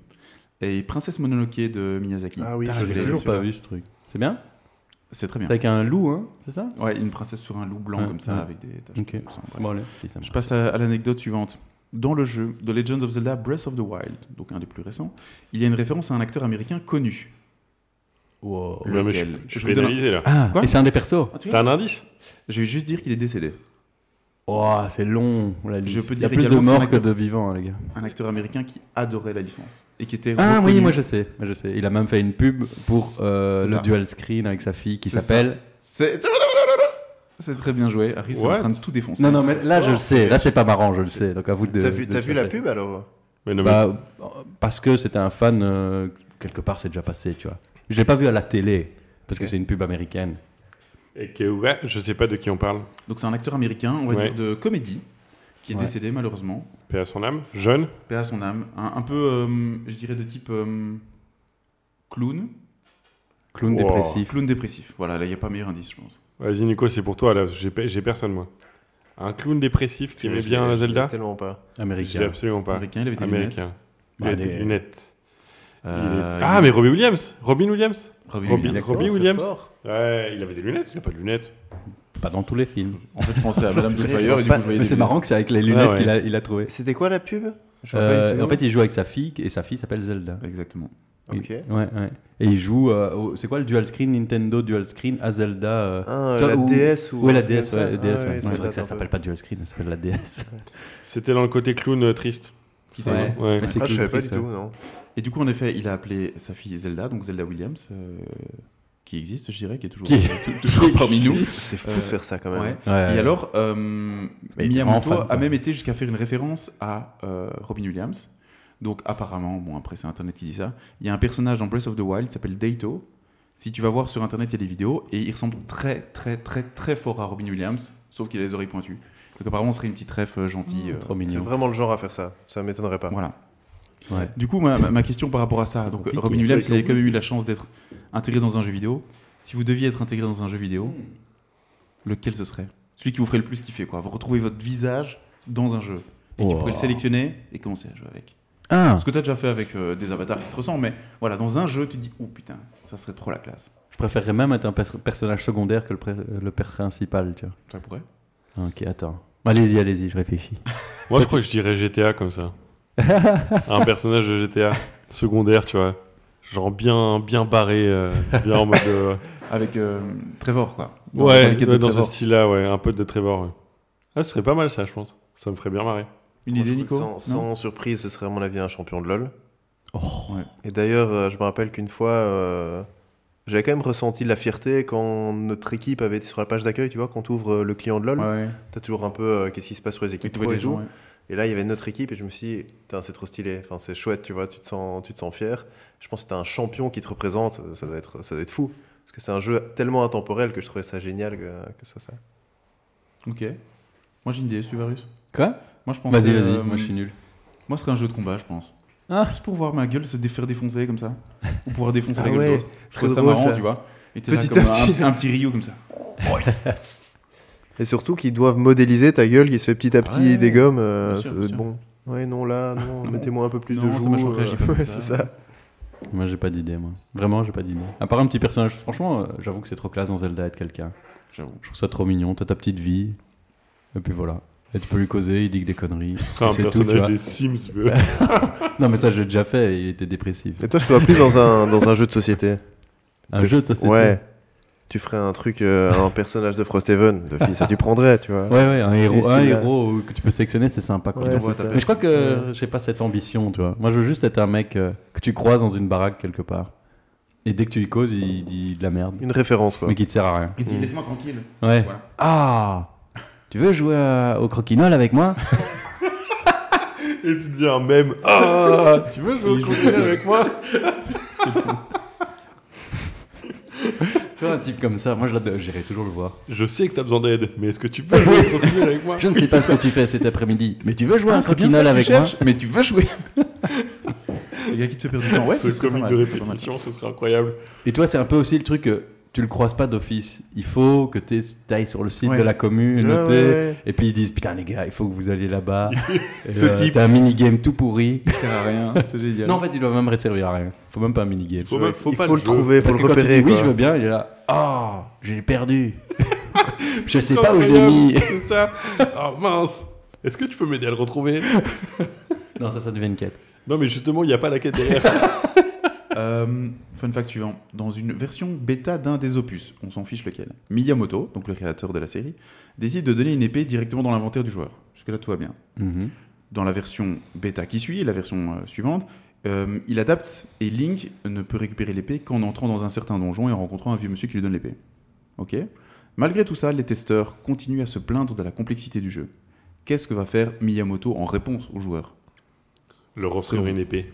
Speaker 3: et Princesse Mononoke de Miyazaki.
Speaker 1: Ah oui,
Speaker 3: Putain,
Speaker 1: je l'ai
Speaker 3: vous avez
Speaker 1: toujours
Speaker 3: celui-là.
Speaker 5: vu ce truc. C'est bien
Speaker 3: C'est très bien.
Speaker 5: C'est avec un loup, hein C'est ça
Speaker 3: Ouais, une princesse sur un loup blanc
Speaker 5: Ouais,
Speaker 3: comme ça
Speaker 5: ouais.
Speaker 3: avec des taches.
Speaker 5: Ok.
Speaker 3: de sang, bref.
Speaker 5: Bon, allez. Si, ça
Speaker 3: Je
Speaker 5: marche.
Speaker 3: passe à, à l'anecdote suivante. Dans le jeu The Legend of Zelda Breath of the Wild, donc un des plus récents, il y a une référence à un acteur américain connu.
Speaker 5: Wow.
Speaker 2: Ouais, mais je-
Speaker 3: Lequel
Speaker 2: Je
Speaker 3: Je
Speaker 2: suis
Speaker 3: vous donne un-
Speaker 2: pénalisé, là.
Speaker 5: Ah,
Speaker 3: Quoi
Speaker 5: et c'est un des persos.
Speaker 2: T'as un indice
Speaker 3: Je vais juste dire qu'il est décédé.
Speaker 5: Oh, c'est long. La liste.
Speaker 3: Je peux
Speaker 5: Il y
Speaker 3: dire
Speaker 5: a plus de
Speaker 3: également que c'est un
Speaker 5: morts que
Speaker 3: acteur.
Speaker 5: de vivants, hein, les gars.
Speaker 3: Un acteur américain qui adorait la licence et qui était
Speaker 5: Ah oui,
Speaker 3: reconnu-
Speaker 5: moi je sais, moi je sais. Il a même fait une pub pour euh,
Speaker 3: C'est
Speaker 5: le
Speaker 3: ça.
Speaker 5: dual screen avec sa fille qui
Speaker 3: C'est
Speaker 5: s'appelle.
Speaker 3: C'est c'est très bien joué. Harry c'est en
Speaker 2: What
Speaker 3: train de tout défoncer.
Speaker 5: Non, non, mais là je le sais. Là c'est pas marrant, je le sais. Donc à vous de.
Speaker 1: T'as vu,
Speaker 5: de
Speaker 1: t'as vu la
Speaker 5: chercher.
Speaker 1: pub alors
Speaker 2: Mais non, mais-
Speaker 5: Bah, euh, parce que c'était un fan euh, quelque part, c'est déjà passé, tu vois. Je l'ai pas vu à la télé parce que c'est une pub américaine.
Speaker 2: Et que, ouais, je sais pas de qui on parle.
Speaker 3: Donc c'est un acteur américain, on va
Speaker 2: Ouais.
Speaker 3: dire de comédie, qui est
Speaker 5: Ouais.
Speaker 3: décédé malheureusement.
Speaker 2: Paix à son âme. Jeune.
Speaker 3: Paix à son âme. Un, un peu, euh, je dirais, de type euh, clown.
Speaker 5: Clown
Speaker 2: Wow.
Speaker 5: dépressif.
Speaker 3: Clown dépressif. Voilà, là, il n'y a pas meilleur indice, je pense.
Speaker 2: Vas-y, Nico, c'est pour toi, là. J'ai pe- j'ai personne, moi. Un clown dépressif qui aimait
Speaker 1: Je-
Speaker 2: bien
Speaker 1: je-
Speaker 2: Zelda
Speaker 1: Tellement pas.
Speaker 2: Je l'ai
Speaker 5: Américain.
Speaker 2: absolument pas.
Speaker 3: Américain, il avait des lunettes.
Speaker 2: Américain. Il a
Speaker 5: Bah,
Speaker 2: des
Speaker 5: les-
Speaker 2: lunettes. Il est-
Speaker 3: Euh,
Speaker 2: Ah, mais Robbie Williams Robin Williams
Speaker 3: Robin
Speaker 2: Robbie-
Speaker 3: Williams.
Speaker 2: Robbie
Speaker 1: Très
Speaker 2: Williams
Speaker 1: fort.
Speaker 2: Ouais, il avait des lunettes, il a pas de lunettes.
Speaker 5: Pas dans tous les films.
Speaker 3: En fait, je pensais à Madame
Speaker 1: C'est
Speaker 3: Doubtfire et du coup,
Speaker 1: pas-
Speaker 3: je voyais des
Speaker 5: Mais c'est
Speaker 3: lunettes.
Speaker 5: marrant que c'est avec les lunettes
Speaker 2: ouais.
Speaker 5: qu'il a, il a trouvé.
Speaker 1: C'était quoi la pub Je vois pas
Speaker 5: Euh,
Speaker 1: du
Speaker 5: et en
Speaker 1: tout.
Speaker 5: fait, il joue avec sa fille et sa fille s'appelle Zelda.
Speaker 3: Exactement.
Speaker 1: Ok.
Speaker 5: Et- ouais, ouais. Et il joue. euh, au- c'est quoi le dual screen Nintendo dual screen à Zelda euh,
Speaker 1: Ah,
Speaker 5: Toi,
Speaker 1: la
Speaker 5: ou-
Speaker 1: DS ou.
Speaker 5: Ouais,
Speaker 1: un
Speaker 5: la
Speaker 1: truc
Speaker 5: DS,
Speaker 1: comme
Speaker 5: ouais,
Speaker 1: ça.
Speaker 5: la DS.
Speaker 1: Ah,
Speaker 5: ouais.
Speaker 1: ouais,
Speaker 5: C'est
Speaker 1: ça
Speaker 5: vrai que ça
Speaker 1: date un peu.
Speaker 5: s'appelle pas dual screen, ça s'appelle la DS.
Speaker 2: C'était dans le côté clown euh, triste.
Speaker 5: Ouais.
Speaker 2: Ouais.
Speaker 5: Mais c'est
Speaker 1: Ah, je
Speaker 5: cool,
Speaker 1: savais pas du
Speaker 5: triste,
Speaker 1: tout,
Speaker 5: ouais.
Speaker 1: non.
Speaker 3: Et du coup, en effet, il a appelé sa fille Zelda, donc Zelda Williams, euh, qui existe, je dirais, qui est toujours,
Speaker 5: Qui-
Speaker 3: tou- toujours parmi nous.
Speaker 1: C'est fou de faire ça quand même.
Speaker 3: Ouais.
Speaker 5: Ouais, ouais.
Speaker 3: Et alors, euh,
Speaker 5: Mais il était
Speaker 3: Miyamoto
Speaker 5: vraiment fan,
Speaker 3: a
Speaker 5: quoi.
Speaker 3: même été jusqu'à faire une référence à euh, Robin Williams. Donc apparemment, bon après c'est Internet qui dit ça, il y a un personnage dans Breath of the Wild qui s'appelle Daito. Si tu vas voir sur Internet, il y a des vidéos et il ressemble très très très très fort à Robin Williams, sauf qu'il a les oreilles pointues. Donc apparemment, ce serait une petite ref euh, gentille. euh,
Speaker 5: Oh, Trop
Speaker 1: C'est
Speaker 5: mignon.
Speaker 1: vraiment le genre à faire ça. Ça m'étonnerait pas.
Speaker 3: voilà.
Speaker 5: Ouais.
Speaker 3: Du coup, ma, ma- ma question par rapport à ça, donc
Speaker 2: compliqué.
Speaker 3: Robin Williams, il avait quand même eu la chance d'être intégré dans un jeu vidéo. Si vous deviez être intégré dans un jeu vidéo, lequel ce serait Celui qui vous ferait le plus kiffer, quoi. Vous retrouvez votre visage dans un jeu. Et tu
Speaker 5: Oh.
Speaker 3: pourrais le sélectionner et commencer à jouer avec.
Speaker 5: Ah,
Speaker 3: Ce que tu as déjà fait avec euh, des avatars qui te ressemblent, mais voilà, dans un jeu, tu te dis, oh putain, ça serait trop la classe.
Speaker 5: je préférerais même être un pers- personnage secondaire que le, pré- le père principal, tu vois.
Speaker 3: Ça pourrait
Speaker 5: Ah, Ok, attends. Allez-y, allez-y, je réfléchis.
Speaker 2: Moi, je crois que je dirais GTA comme ça. un personnage de GTA secondaire, tu vois. Genre bien, bien barré, euh, bien en mode. euh,
Speaker 3: Avec euh, Trevor, quoi. Dans- dans
Speaker 2: ouais,
Speaker 3: les
Speaker 2: ouais,
Speaker 3: quêtes
Speaker 2: dans,
Speaker 3: de
Speaker 2: ce
Speaker 3: Trevor.
Speaker 2: style-là, ouais. Un pote de Trevor, ouais. Ah, ce serait pas mal ça, je pense. Ça me ferait bien marrer.
Speaker 3: Une
Speaker 1: Moi, je
Speaker 3: idée,
Speaker 1: trouve que
Speaker 3: Nico
Speaker 1: sans,
Speaker 3: Non
Speaker 1: sans surprise, ce serait à mon avis un champion de LoL.
Speaker 3: Ouais.
Speaker 1: Et d'ailleurs, euh, je me rappelle qu'une fois, euh, j'avais quand même ressenti de la fierté quand notre équipe avait été sur la page d'accueil, tu vois, quand ouvre le client de LoL,
Speaker 3: Ouais.
Speaker 1: t'as toujours un peu euh, qu'est-ce qui se passe sur les
Speaker 3: Et
Speaker 1: équipes
Speaker 3: tu vois
Speaker 1: pro et
Speaker 3: des gens,
Speaker 1: tout.
Speaker 3: ouais.
Speaker 1: Et là, il y avait notre équipe et je me suis dit, putain, c'est trop stylé, enfin, c'est chouette, tu vois, tu te sens, tu te sens fier. Je pense que t'as un champion qui te représente, ça doit être, ça doit être fou. Parce que c'est un jeu tellement intemporel que je trouvais ça génial que, que ce soit ça.
Speaker 3: Ok. Moi, j'ai une idée, si tu veux, Russe.
Speaker 5: Quoi
Speaker 3: Moi, je pense
Speaker 5: Vas-y, vas-y,
Speaker 3: euh,
Speaker 5: moi je suis nul.
Speaker 3: Moi, ce serait un jeu de combat, je pense.
Speaker 5: Ah.
Speaker 3: Juste pour voir ma gueule se dé- faire défoncer comme ça. Ou pouvoir défoncer la
Speaker 1: Ah
Speaker 3: gueule
Speaker 1: ouais,
Speaker 3: d'autres. Je
Speaker 1: très
Speaker 3: trouve ça
Speaker 1: drôle,
Speaker 3: marrant,
Speaker 1: ça.
Speaker 3: tu vois. Et t'es là
Speaker 1: Petit
Speaker 3: comme
Speaker 1: à
Speaker 3: un,
Speaker 1: petit.
Speaker 3: petit- un petit Rio comme ça.
Speaker 1: Et surtout qu'ils doivent modéliser ta gueule qui se fait petit à petit
Speaker 3: Ah Ouais,
Speaker 1: des gommes. euh,
Speaker 3: bien sûr,
Speaker 1: ça doit
Speaker 3: bien
Speaker 1: être bon. Ouais, non, là, non,
Speaker 3: Non.
Speaker 1: mettez-moi un peu plus de
Speaker 3: Non, ça
Speaker 1: joues.
Speaker 3: mâchoire réagit pas comme
Speaker 1: ouais,
Speaker 3: ça.
Speaker 1: c'est ça.
Speaker 5: Moi j'ai pas d'idée, moi. Vraiment, j'ai pas d'idée. À part un petit personnage, franchement, euh, j'avoue que c'est trop classe dans Zelda être quelqu'un.
Speaker 3: J'avoue.
Speaker 5: Je trouve ça trop mignon, t'as ta petite vie. Et puis voilà. Et tu peux lui causer, il dit que des conneries.
Speaker 2: Enfin, un
Speaker 5: C'est tout, tu
Speaker 2: personnage
Speaker 5: vois.
Speaker 2: des Sims, veux.
Speaker 5: Non, mais ça, je l'ai déjà fait et il était dépressif.
Speaker 1: Et toi, je te vois plus dans un, dans un jeu de société.
Speaker 5: Un jeu de société.
Speaker 1: Ouais. tu ferais un truc, euh, un personnage de Frosthaven, de fils, ça tu prendrais, tu vois.
Speaker 5: Ouais, ouais, un héros,
Speaker 1: Triste,
Speaker 5: un
Speaker 1: il a-
Speaker 5: héros que tu peux sélectionner, c'est sympa. quoi.
Speaker 1: Ouais,
Speaker 3: t'envoie
Speaker 1: c'est
Speaker 3: ta
Speaker 1: ça.
Speaker 5: Mais je crois que j'ai pas cette ambition, tu vois. Moi, je veux juste être un mec euh, que tu croises dans une baraque quelque part. Et dès que tu lui causes, il dit de la merde.
Speaker 1: Une référence, quoi.
Speaker 5: Mais qui te sert à rien.
Speaker 3: Il dit laisse-moi tranquille.
Speaker 5: Ouais.
Speaker 3: Voilà.
Speaker 5: Ah Tu veux jouer à- au croquinole avec moi
Speaker 2: Et tu deviens un mème. Ah Tu veux jouer au croquet avec moi
Speaker 5: Tu vois, un type comme ça, moi, je l'adore, j'irai toujours le voir.
Speaker 2: Je sais que t'as besoin d'aide, mais est-ce que tu peux jouer au croquet avec moi
Speaker 5: Je ne sais pas ce que tu fais cet après-midi, mais tu veux jouer à un
Speaker 3: Ah, c'est bien ça
Speaker 5: croquinole
Speaker 3: que tu
Speaker 5: avec moi
Speaker 3: cherches, Mais tu veux jouer Les gars qui te fait perdre du temps. Ouais,
Speaker 2: Ce
Speaker 3: c'est pas
Speaker 2: comique
Speaker 3: mal.
Speaker 2: de
Speaker 3: c'est pas mal.
Speaker 2: répétition, ce serait incroyable.
Speaker 5: Et toi, c'est un peu aussi le truc que tu le croises pas d'office. Il faut que tu ailles sur le site
Speaker 3: Ouais.
Speaker 5: de la commune,
Speaker 1: Ouais,
Speaker 5: noter,
Speaker 1: Ah, ouais, ouais.
Speaker 5: et puis ils disent Putain, les gars, il faut que vous alliez là-bas. Et,
Speaker 3: Ce type.
Speaker 5: T'as un minigame tout pourri.
Speaker 3: Ça sert à rien, c'est génial.
Speaker 5: Non, en fait, il doit même resservir à rien. Faut même pas un minigame.
Speaker 2: Faut, même- faut
Speaker 1: il
Speaker 2: pas
Speaker 1: faut le,
Speaker 2: le jeu.
Speaker 1: trouver, faut
Speaker 5: Parce
Speaker 1: le
Speaker 5: que quand
Speaker 1: repérer.
Speaker 5: il dit oui,
Speaker 1: quoi.
Speaker 5: je veux bien, il est là. Ah, j'ai perdu. je sais
Speaker 2: C'est
Speaker 5: pas où je l'ai
Speaker 2: Oh, incroyable,
Speaker 5: mis.
Speaker 2: C'est ça. Ah mince. Est-ce que tu peux m'aider à le retrouver
Speaker 5: non, ça, ça devient une quête.
Speaker 2: Non, mais justement, il n'y a pas la quête derrière.
Speaker 3: Euh, fun fact suivant. Dans une version bêta d'un des opus, on s'en fiche lequel, Miyamoto, donc le créateur de la série, décide de donner une épée directement dans l'inventaire du joueur. Jusque-là, tout va bien.
Speaker 5: Mhm.
Speaker 3: Dans la version bêta qui suit, la version euh, suivante, euh, il adapte et Link ne peut récupérer l'épée qu'en entrant dans un certain donjon et en rencontrant un vieux monsieur qui lui donne l'épée. Ok Malgré tout ça, les testeurs continuent à se plaindre de la complexité du jeu. Qu'est-ce que va faire Miyamoto en réponse aux joueurs
Speaker 2: Le offrir une épée.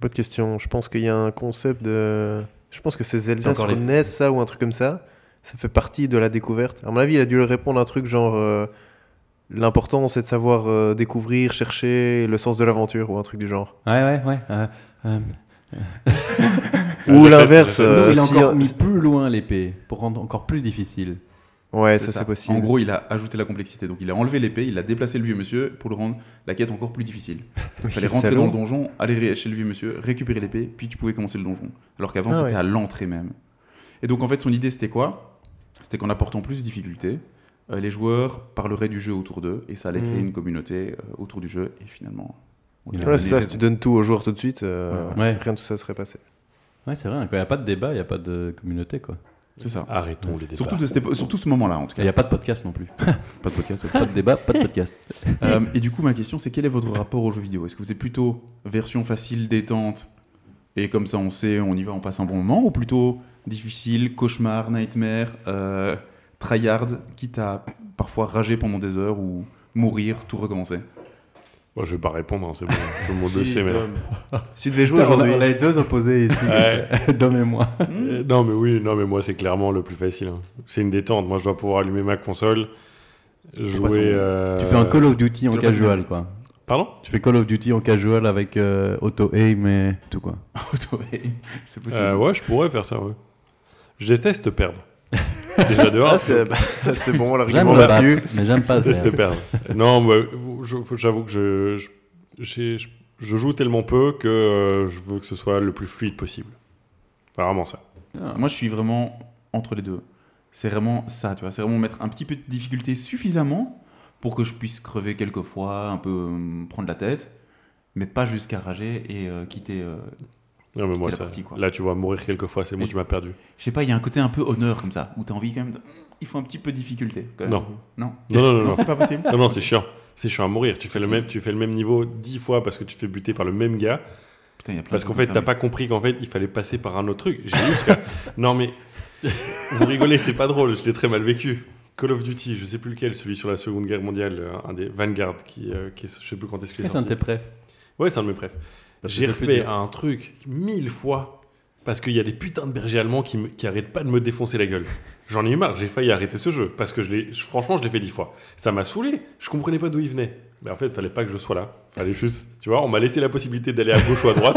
Speaker 1: Bonne question. Je pense qu'il y a un concept de. Je pense que c'est Zelda
Speaker 5: C'est encore
Speaker 1: sur
Speaker 5: les-
Speaker 1: NES, ça, ou un truc comme ça. Ça fait partie de la découverte. À mon avis, il a dû leur répondre un truc genre. euh, L'important, c'est de savoir euh, découvrir, chercher le sens de l'aventure, ou un truc du genre.
Speaker 5: Ouais, ouais, ouais. euh, euh, Ah,
Speaker 1: Ou l'inverse.
Speaker 2: la-
Speaker 1: euh,
Speaker 5: non, il a
Speaker 1: si-
Speaker 5: encore mis plus loin l'épée pour rendre encore plus difficile.
Speaker 1: Ouais, ça, c'est possible.
Speaker 3: En gros, il a ajouté la complexité. Donc, il a enlevé l'épée, il a déplacé le vieux monsieur pour le rendre la quête encore plus difficile. Il fallait
Speaker 1: quel
Speaker 3: rentrer
Speaker 1: salaud.
Speaker 3: dans le donjon, aller ré- chez le vieux monsieur, récupérer l'épée, puis tu pouvais commencer le donjon. Alors qu'avant,
Speaker 1: Ah
Speaker 3: c'était
Speaker 1: ouais.
Speaker 3: à l'entrée même. Et donc, en fait, son idée, c'était quoi C'était qu'en apportant plus de difficultés, euh, les joueurs parleraient du jeu autour d'eux et ça allait créer
Speaker 1: Mhm.
Speaker 3: une communauté euh, autour du jeu. Et finalement, on
Speaker 5: Ouais,
Speaker 3: leur a
Speaker 1: Ouais,
Speaker 3: donné
Speaker 1: c'est ça, si
Speaker 3: raison.
Speaker 1: tu donnes tout au joueur tout de suite, euh,
Speaker 5: Ouais, ouais.
Speaker 1: rien de tout ça serait passé.
Speaker 5: Ouais, c'est vrai. hein, Quand il n'y a pas de débat, il n'y a pas de communauté, quoi.
Speaker 3: C'est ça.
Speaker 2: Arrêtons les débats.
Speaker 3: Surtout, de cette épo- surtout ce moment-là, en tout
Speaker 5: Et
Speaker 3: cas.
Speaker 5: il n'y a pas de podcast non plus.
Speaker 3: Pas de podcast. ouais.
Speaker 5: Pas de débat, pas de podcast.
Speaker 3: Euh, et du coup, ma question, c'est quel est votre rapport aux jeux vidéo Est-ce que vous êtes plutôt version facile, détente, et comme ça on sait, on y va, on passe un bon moment, ou plutôt difficile, cauchemar, nightmare, euh, tryhard, quitte à parfois rager pendant des heures ou mourir, tout recommencer
Speaker 2: Moi, je vais pas répondre, hein, c'est bon. Tout le monde le sait, mais.
Speaker 1: Si tu devais jouer
Speaker 5: Putain, on a-
Speaker 1: aujourd'hui,
Speaker 5: On a les deux opposés ici, Dom et moi.
Speaker 2: Euh, non, mais oui, non, mais moi, c'est clairement le plus facile. hein. C'est une détente. Moi, je dois pouvoir allumer ma console,
Speaker 3: façon,
Speaker 2: jouer. euh,
Speaker 5: Tu fais un Call of Duty en
Speaker 3: Global
Speaker 5: casual, quoi.
Speaker 2: Pardon
Speaker 5: Tu fais Call of Duty en casual avec euh, auto-aim et tout, quoi.
Speaker 3: Auto-aim, c'est possible.
Speaker 2: Euh, Ouais, je pourrais faire ça, ouais. Je déteste perdre. Déjà dehors,
Speaker 1: Ah, c'est bah, ça, c'est bon,
Speaker 5: J'aime
Speaker 1: l'argument
Speaker 5: le battre,
Speaker 1: là-dessus.
Speaker 5: mais j'aime pas le
Speaker 2: Test
Speaker 5: faire.
Speaker 2: perdre. non, mais vous- je- faut- j'avoue que je, je, j'ai- je- je joue tellement peu que euh, je veux que ce soit le plus fluide possible. Enfin, vraiment ça.
Speaker 3: Ah, Moi, je suis vraiment entre les deux. C'est vraiment ça, tu vois. C'est vraiment mettre un petit peu de difficulté suffisamment pour que je puisse crever quelques fois, un peu euh, me prendre la tête, mais pas jusqu'à rager et euh, quitter. euh,
Speaker 2: Non, mais moi,
Speaker 3: la
Speaker 2: ça-
Speaker 3: partie, quoi.
Speaker 2: là, tu vois, mourir quelques fois, c'est moi
Speaker 3: Et-
Speaker 2: qui m'a perdu.
Speaker 3: Je sais pas, il y a un côté un peu honneur comme ça, où t'as envie quand même de... Il faut un petit peu de difficulté. quand même.
Speaker 2: Non.
Speaker 3: Non.
Speaker 2: Non, non, non, non.
Speaker 3: c'est pas possible.
Speaker 2: Non, non, c'est chiant. C'est chiant à mourir. Tu fais, le
Speaker 3: tout.
Speaker 2: même, tu fais le même niveau dix fois parce que tu te fais buter par le même gars.
Speaker 5: Ah,
Speaker 3: Putain, il y a plein
Speaker 2: Parce
Speaker 3: de
Speaker 2: qu'en
Speaker 3: trucs
Speaker 2: fait,
Speaker 3: comme
Speaker 2: t'as
Speaker 3: ça,
Speaker 2: pas compris qu'en fait, il fallait passer par un autre truc. J'ai juste. qu'à- non, mais. Vous rigolez, c'est pas drôle, je l'ai très mal vécu. Call of Duty, je sais plus lequel, celui sur la Seconde Guerre mondiale, euh, un des Vanguard, qui, euh, qui est- je sais plus quand est-ce qu'il est
Speaker 5: Eh, C'est un de
Speaker 2: sorti.
Speaker 5: tes prêts.
Speaker 2: Ouais, c'est un de mes préf.
Speaker 5: Parce que
Speaker 2: J'ai
Speaker 5: ça fait
Speaker 2: refait
Speaker 5: du-
Speaker 2: un truc mille fois parce qu'il y a des putains de bergers allemands qui, me- qui arrêtent pas de me défoncer la gueule. J'en ai eu marre, j'ai failli arrêter ce jeu parce que je l'ai, je- franchement, je l'ai fait dix fois. Ça m'a saoulé, je comprenais pas d'où il venait. Mais en fait, fallait pas que je sois là. Fallait juste, tu vois, on m'a laissé la possibilité d'aller à gauche ou à droite.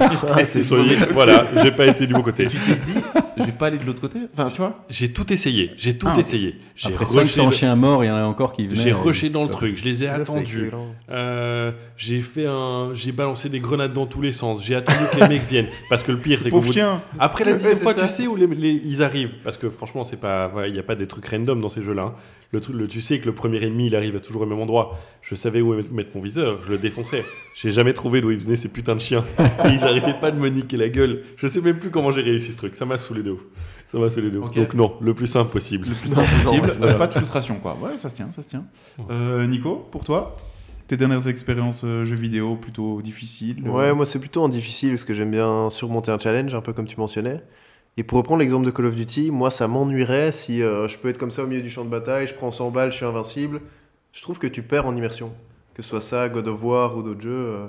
Speaker 1: Ah, c'est
Speaker 2: Soyez- voilà, j'ai pas été du bon côté.
Speaker 3: mais Je vais pas aller de l'autre côté. Enfin, tu vois.
Speaker 2: J'ai tout essayé, j'ai tout
Speaker 3: Ah.
Speaker 2: essayé. J'ai
Speaker 5: Après
Speaker 2: rushé,
Speaker 5: 500 chiens morts, il y en a encore qui venaient.
Speaker 2: j'ai
Speaker 5: euh,
Speaker 2: rushé dans le
Speaker 5: euh,
Speaker 2: truc, je les ai
Speaker 1: Ça, c'est
Speaker 2: attendus.
Speaker 1: excellent.
Speaker 2: Euh, j'ai fait un, j'ai balancé des grenades dans tous les sens. J'ai attendu que les mecs viennent parce que le pire c'est que
Speaker 3: Pauvre chien.
Speaker 2: après la
Speaker 1: Ouais,
Speaker 2: dixième
Speaker 1: c'est
Speaker 2: fois
Speaker 1: ça.
Speaker 2: tu sais où les, les- ils arrivent parce que franchement c'est pas, il n'y a pas des trucs random dans ces jeux-là. hein. Le truc, le, tu sais que le premier ennemi il arrive à toujours au même endroit. Je savais où mettre, mettre mon viseur, je le défonçais. J'ai jamais trouvé d'où ils venaient ces putains de chiens. Et ils arrêtaient pas de me niquer la gueule. Je sais même plus comment j'ai réussi ce truc. Ça m'a saoulé de ouf. Ça m'a saoulé de ouf.
Speaker 3: Ok.
Speaker 2: Donc non, le plus simple possible.
Speaker 3: le plus simple possible.
Speaker 2: Voilà.
Speaker 3: Euh, Pas de frustration, quoi. Ouais, ça se tient, ça se tient. Euh, Nico, pour toi, tes dernières expériences euh, jeux vidéo plutôt difficiles euh,
Speaker 1: Ouais, moi c'est plutôt en difficile parce que j'aime bien surmonter un challenge, un peu comme tu mentionnais. Et pour reprendre l'exemple de Call of Duty, moi ça m'ennuierait si euh, je peux être comme ça au milieu du champ de bataille, je prends 100 balles, je suis invincible. Je trouve que tu perds en immersion. Que ce soit ça, God of War ou d'autres jeux, euh,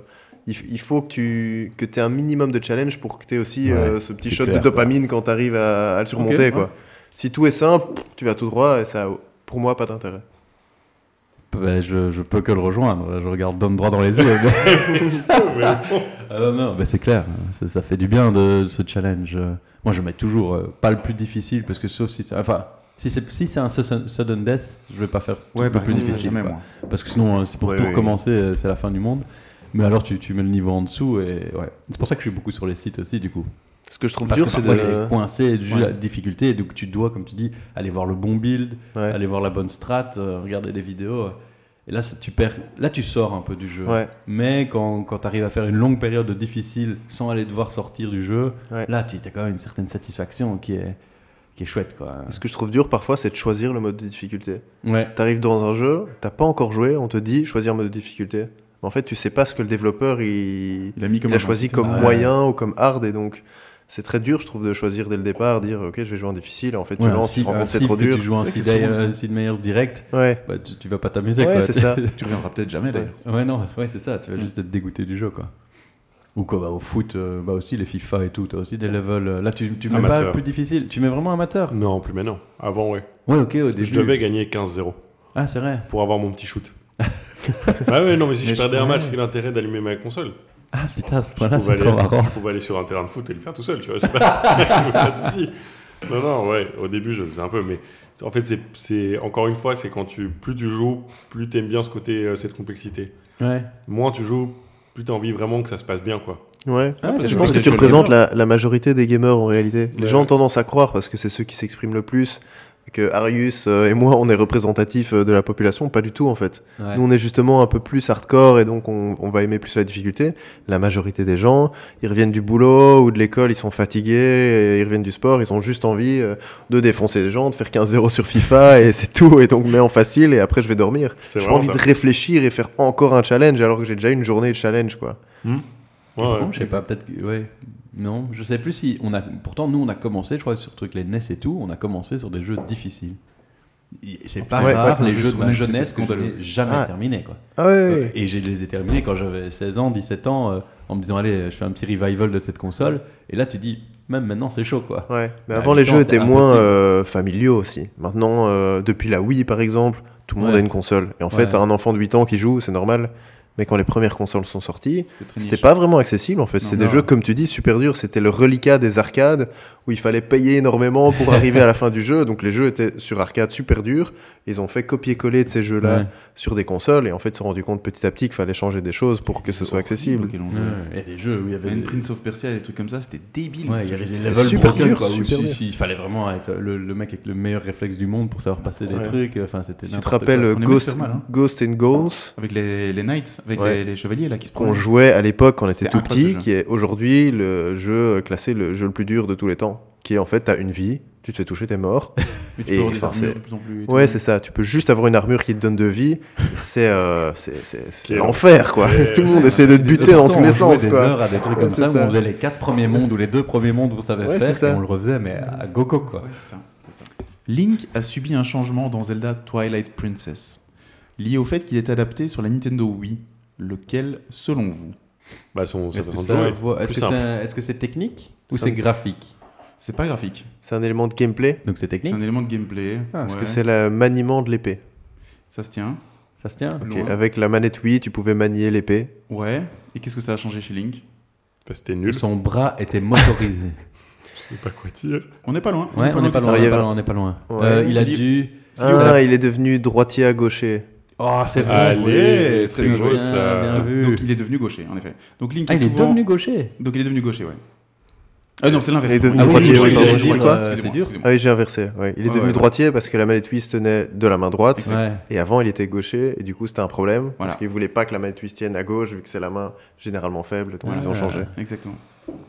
Speaker 1: il, f- il faut que tu que aies un minimum de challenge pour que tu aies aussi
Speaker 5: Ouais,
Speaker 1: euh, ce petit
Speaker 5: c'est
Speaker 1: shot
Speaker 5: clair,
Speaker 1: de dopamine quand tu arrives à, à le surmonter.
Speaker 3: ouais.
Speaker 1: quoi. Si tout est simple, tu vas tout droit et ça, a, pour moi, pas d'intérêt.
Speaker 5: Ben, je, je peux que le rejoindre. Je regarde d'homme droit dans les yeux. Ah non, non, ben, c'est clair. Ça, ça fait du bien de ce challenge. Euh, Moi, je mets toujours euh, pas le plus difficile parce que sauf si c'est. Enfin, si c'est si c'est un sudden sudden death, je vais pas faire
Speaker 3: Ouais,
Speaker 5: le
Speaker 3: par
Speaker 5: plus
Speaker 3: exemple,
Speaker 5: difficile.
Speaker 3: jamais,
Speaker 5: quoi.
Speaker 3: moi.
Speaker 5: Parce que sinon, euh, c'est pour
Speaker 1: Ouais,
Speaker 5: tout
Speaker 1: ouais,
Speaker 5: recommencer, euh, c'est la fin du monde. Mais alors, tu, tu mets le niveau en dessous et ouais. C'est pour ça que je suis beaucoup sur les sites aussi, du coup.
Speaker 1: Ce que je trouve
Speaker 5: Parce
Speaker 1: dur,
Speaker 5: que
Speaker 1: c'est
Speaker 5: parfois,
Speaker 1: de.
Speaker 5: t'es coincé dû à la
Speaker 3: Ouais.
Speaker 5: difficulté, et donc tu dois, comme tu dis, aller voir le bon build,
Speaker 1: Ouais.
Speaker 5: aller voir la bonne strat, euh, regarder des vidéos. Et là, ça- tu perds. Là, tu sors un peu du jeu.
Speaker 1: Ouais.
Speaker 5: Mais quand, quand tu arrives à faire une longue période difficile sans aller devoir sortir du jeu,
Speaker 1: Ouais.
Speaker 5: là, tu as quand même une certaine satisfaction qui est, qui est chouette. Quoi.
Speaker 1: Ce que je trouve dur parfois, c'est de choisir le mode de difficulté.
Speaker 5: Ouais.
Speaker 1: T'arrives dans un jeu, t'as pas encore joué, on te dit choisir mode de difficulté. Mais en fait, tu sais pas ce que le développeur il,
Speaker 3: Il a mis comme
Speaker 1: il a
Speaker 3: un
Speaker 1: choisi
Speaker 3: système.
Speaker 1: comme
Speaker 5: Ouais.
Speaker 1: moyen ou comme hard et donc c'est très dur, je trouve, de choisir dès le départ, dire ok, je vais jouer en difficile. En fait, tu
Speaker 5: Ouais, un
Speaker 1: lances, tu
Speaker 5: Sid-
Speaker 1: te rends
Speaker 5: un
Speaker 1: compte que c'est
Speaker 5: Sid
Speaker 1: trop
Speaker 5: que
Speaker 1: dur.
Speaker 5: Tu joues un
Speaker 3: C'est vrai
Speaker 5: Sid
Speaker 3: que c'est souvent
Speaker 5: Meier's- Sid Meier's direct,
Speaker 1: Ouais,
Speaker 5: bah, tu, tu vas pas t'amuser.
Speaker 1: Ouais,
Speaker 5: quoi.
Speaker 1: c'est ça.
Speaker 3: Tu reviendras peut-être jamais d'ailleurs.
Speaker 5: ouais, non, ouais, c'est ça. Tu vas juste être dégoûté du jeu. Quoi. Ou quoi, bah, au foot, euh, bah, aussi les FIFA et tout, tu as aussi des levels. euh, Là, tu, tu mets pas
Speaker 2: Amateur.
Speaker 5: le plus difficile, tu mets vraiment amateur.
Speaker 2: Non, plus maintenant. Avant, ouais.
Speaker 5: Ouais, ok, au début.
Speaker 2: Je devais gagner 15-0
Speaker 5: Ah, c'est vrai.
Speaker 2: pour avoir mon petit shoot. ah ouais, non, mais si
Speaker 3: Mais
Speaker 2: je
Speaker 3: je-
Speaker 2: perdais un match,
Speaker 3: ouais.
Speaker 2: quel intérêt d'allumer ma console
Speaker 5: Ah, putain, à ce
Speaker 2: je,
Speaker 5: point-là,
Speaker 2: pouvais
Speaker 5: c'est trop
Speaker 2: aller,
Speaker 5: marrant.
Speaker 2: je pouvais aller sur un terrain de foot et le faire tout seul, tu vois. C'est pas, pas de souci. Non, non, ouais, au début, je le faisais un peu, mais en fait, c'est- c'est encore une fois, c'est quand tu. Plus tu joues, plus t'aimes bien ce côté, euh, cette complexité.
Speaker 5: Ouais.
Speaker 2: Moins tu joues, plus t'as envie vraiment que ça se passe bien, quoi.
Speaker 1: ouais.
Speaker 5: Ah,
Speaker 1: Et
Speaker 5: c'est
Speaker 1: je
Speaker 5: vrai.
Speaker 1: pense que
Speaker 3: que
Speaker 1: tu
Speaker 3: je suis
Speaker 1: représentes la, la majorité des gamers en réalité. Les
Speaker 2: Ouais,
Speaker 1: gens ont
Speaker 2: ouais.
Speaker 1: tendance à croire parce que c'est ceux qui s'expriment le plus que Arius euh, et moi on est représentatifs euh, de la population, pas du tout en fait.
Speaker 5: Ouais.
Speaker 1: Nous, on est justement un peu plus hardcore et donc on, on va aimer plus la difficulté. La majorité des gens, ils reviennent du boulot ou de l'école, ils sont fatigués, et ils reviennent du sport, ils ont juste envie euh, de défoncer les gens, de faire 15-0 sur FIFA et c'est tout. Et donc, mets en facile et après, je vais dormir.
Speaker 2: C'est
Speaker 1: J'ai pas envie
Speaker 2: vraiment ça.
Speaker 1: de réfléchir et faire encore un challenge alors que j'ai déjà une journée de challenge, quoi.
Speaker 2: Ouais, ouais.
Speaker 5: Franchement, je sais pas, peut-être que. Ouais. Non, je sais plus si. On a, pourtant, nous, on a commencé, je crois, sur truc les NES et tout, on a commencé sur des jeux difficiles. Et C'est pas
Speaker 1: Ouais,
Speaker 5: rare
Speaker 3: ça,
Speaker 5: les
Speaker 3: je
Speaker 5: jeux de ma
Speaker 3: souvenais, c'était
Speaker 5: jeunesse que je
Speaker 3: scandaleux.
Speaker 5: n'ai jamais
Speaker 1: Ah.
Speaker 5: terminés, quoi.
Speaker 1: Ah ouais,
Speaker 5: Euh, Et je les ai terminés quand j'avais 16 ans, 17 ans, euh, en me disant, allez, je fais un petit revival de cette console. Et là, tu dis, même maintenant, c'est chaud, quoi.
Speaker 1: Ouais, mais
Speaker 5: Bah,
Speaker 1: avant
Speaker 5: le
Speaker 1: les
Speaker 5: temps,
Speaker 1: jeux
Speaker 5: c'était
Speaker 1: étaient moins
Speaker 5: impossible.
Speaker 1: euh, familiaux aussi. Maintenant, euh, depuis la Wii par exemple, tout le monde
Speaker 5: Ouais.
Speaker 1: a une console. Et en
Speaker 5: Ouais.
Speaker 1: fait, un enfant de 8 ans qui joue, c'est normal. Mais quand les premières consoles sont sorties,
Speaker 3: C'était très
Speaker 1: c'était
Speaker 3: niche.
Speaker 1: pas vraiment accessible en fait.
Speaker 3: Non,
Speaker 1: C'est des
Speaker 3: non.
Speaker 1: jeux, comme tu dis, super durs. C'était le reliquat des arcades où il fallait payer énormément pour arriver à la fin du jeu. Donc les jeux étaient sur arcade super durs. Ils ont fait copier-coller de ces jeux-là
Speaker 5: Ouais.
Speaker 1: sur des consoles et en fait, ils se sont rendus compte petit à petit qu'il fallait changer des choses pour que ce soit accessible.
Speaker 3: Auquel on
Speaker 5: Ouais,
Speaker 3: jouait.
Speaker 5: Il y a des jeux où il y avait.
Speaker 3: Même Prince of Persia, des trucs comme ça, c'était débile.
Speaker 5: Ouais, il y avait des
Speaker 3: C'était
Speaker 5: levels
Speaker 1: super
Speaker 5: broken,
Speaker 1: dur,
Speaker 5: quoi, où
Speaker 1: super
Speaker 5: si-
Speaker 1: dur.
Speaker 5: si- il fallait vraiment être le, le mec avec le meilleur réflexe du monde pour savoir passer des
Speaker 1: Ouais.
Speaker 5: trucs. Enfin, c'était
Speaker 1: Tu te
Speaker 5: n'importe
Speaker 1: rappelles
Speaker 5: quoi.
Speaker 1: euh,
Speaker 3: On aimait se
Speaker 1: Ghost,
Speaker 3: faire mal, hein.
Speaker 1: Ghost and Goals
Speaker 3: Avec les, les Knights, avec
Speaker 1: Ouais.
Speaker 3: les, les chevaliers là qui se
Speaker 1: qu'on
Speaker 3: prennent.
Speaker 1: jouait à l'époque quand on était
Speaker 3: C'était
Speaker 1: tout
Speaker 3: incroyable,
Speaker 1: petit,
Speaker 3: ce jeu.
Speaker 1: qui est aujourd'hui le jeu classé le jeu le plus dur de tous les temps, qui est en fait t'as une vie, tu te fais toucher, t'es mort.
Speaker 3: Mais tu
Speaker 1: Et
Speaker 3: peux avoir des
Speaker 1: enfin,
Speaker 3: armures
Speaker 1: c'est-
Speaker 3: de plus en plus. et
Speaker 1: Ouais,
Speaker 3: tout.
Speaker 1: c'est ça. Tu peux juste avoir une armure qui te donne de vie. C'est euh, c'est- c'est- c'est
Speaker 2: Quel-
Speaker 1: l'enfer quoi.
Speaker 2: Ouais,
Speaker 1: tout le
Speaker 2: ouais,
Speaker 1: monde essaie de te
Speaker 5: Et
Speaker 1: buter dans
Speaker 5: pourtant,
Speaker 1: tous
Speaker 5: on
Speaker 1: les
Speaker 5: jouait
Speaker 1: sens
Speaker 5: des
Speaker 1: quoi.
Speaker 5: heures à des trucs comme
Speaker 1: Ouais,
Speaker 5: ça,
Speaker 1: c'est
Speaker 5: où
Speaker 1: ça.
Speaker 5: on faisait les quatre premiers mondes ou les deux premiers mondes où on savait
Speaker 1: Ouais, c'est
Speaker 5: faire,
Speaker 1: ça.
Speaker 5: et on le refaisait, mais à gogo quoi.
Speaker 3: Ouais, c'est ça, c'est ça. Link a subi un changement dans Zelda Twilight Princess, lié au fait qu'il est adapté sur la Nintendo Wii. Lequel, selon vous
Speaker 2: Bah, son, sa
Speaker 5: Est-ce que
Speaker 2: façon de
Speaker 5: ça
Speaker 2: jouer.
Speaker 5: voit- est-ce
Speaker 2: Plus
Speaker 5: que c'est
Speaker 2: simple.
Speaker 5: un- est-ce que c'est technique ou
Speaker 1: Ça-
Speaker 5: c'est graphique
Speaker 3: C'est pas graphique.
Speaker 1: C'est un élément de gameplay.
Speaker 5: Donc c'est
Speaker 3: C'est
Speaker 5: technique,
Speaker 3: un élément de gameplay.
Speaker 5: Ah,
Speaker 1: Parce
Speaker 3: ouais.
Speaker 1: que c'est le maniement de l'épée.
Speaker 3: Ça se tient.
Speaker 5: ça se tient.
Speaker 1: Ok,
Speaker 3: Loin.
Speaker 1: Avec la manette Wii, tu pouvais manier l'épée.
Speaker 3: Ouais. Et qu'est-ce que ça a changé chez Link
Speaker 2: Bah, C'était nul.
Speaker 5: Son bras était motorisé.
Speaker 2: Je sais pas quoi dire.
Speaker 3: On n'est pas loin.
Speaker 5: ouais, on n'est pas
Speaker 1: Alors,
Speaker 5: loin, on
Speaker 1: il y
Speaker 5: n'est pas
Speaker 1: avait-
Speaker 5: loin, on n'est pas loin.
Speaker 1: Ouais.
Speaker 5: Euh, il a
Speaker 3: C'est dit-
Speaker 5: dû.
Speaker 1: Ah, il est devenu droitier à gaucher.
Speaker 5: Oh, c'est vrai.
Speaker 3: Allez,
Speaker 2: Allez, euh.
Speaker 3: très
Speaker 2: c'est
Speaker 3: bien
Speaker 2: gros,
Speaker 3: joué.
Speaker 2: ça.
Speaker 5: Bien, bien.
Speaker 3: Donc,
Speaker 5: vu.
Speaker 3: donc il est devenu gaucher, en effet. Donc Link
Speaker 5: Ah,
Speaker 3: est
Speaker 5: il est
Speaker 3: souvent-
Speaker 5: devenu gaucher.
Speaker 3: Donc il est devenu gaucher, ouais. Ah non, c'est l'inverse.
Speaker 1: Il est devenu
Speaker 3: Ah oui,
Speaker 1: droitier,
Speaker 3: oui,
Speaker 1: oui,
Speaker 3: oui,
Speaker 1: pardon,
Speaker 3: oui,
Speaker 1: je dis
Speaker 3: oui,
Speaker 1: quoi
Speaker 3: excusez-moi,
Speaker 5: C'est dur.
Speaker 3: excusez-moi.
Speaker 1: Ah oui, j'ai inversé. ouais. Il est
Speaker 3: Ouais,
Speaker 1: devenu
Speaker 3: ouais.
Speaker 1: droitier parce que la main twist tenait de la main droite.
Speaker 5: Ouais.
Speaker 1: Et avant, il était gaucher, et du coup, c'était un problème.
Speaker 3: Voilà.
Speaker 1: Parce qu'il voulait pas que la main twist tienne à gauche, vu que c'est la main généralement faible, donc
Speaker 3: Voilà.
Speaker 1: ils ont changé.
Speaker 3: Exactement.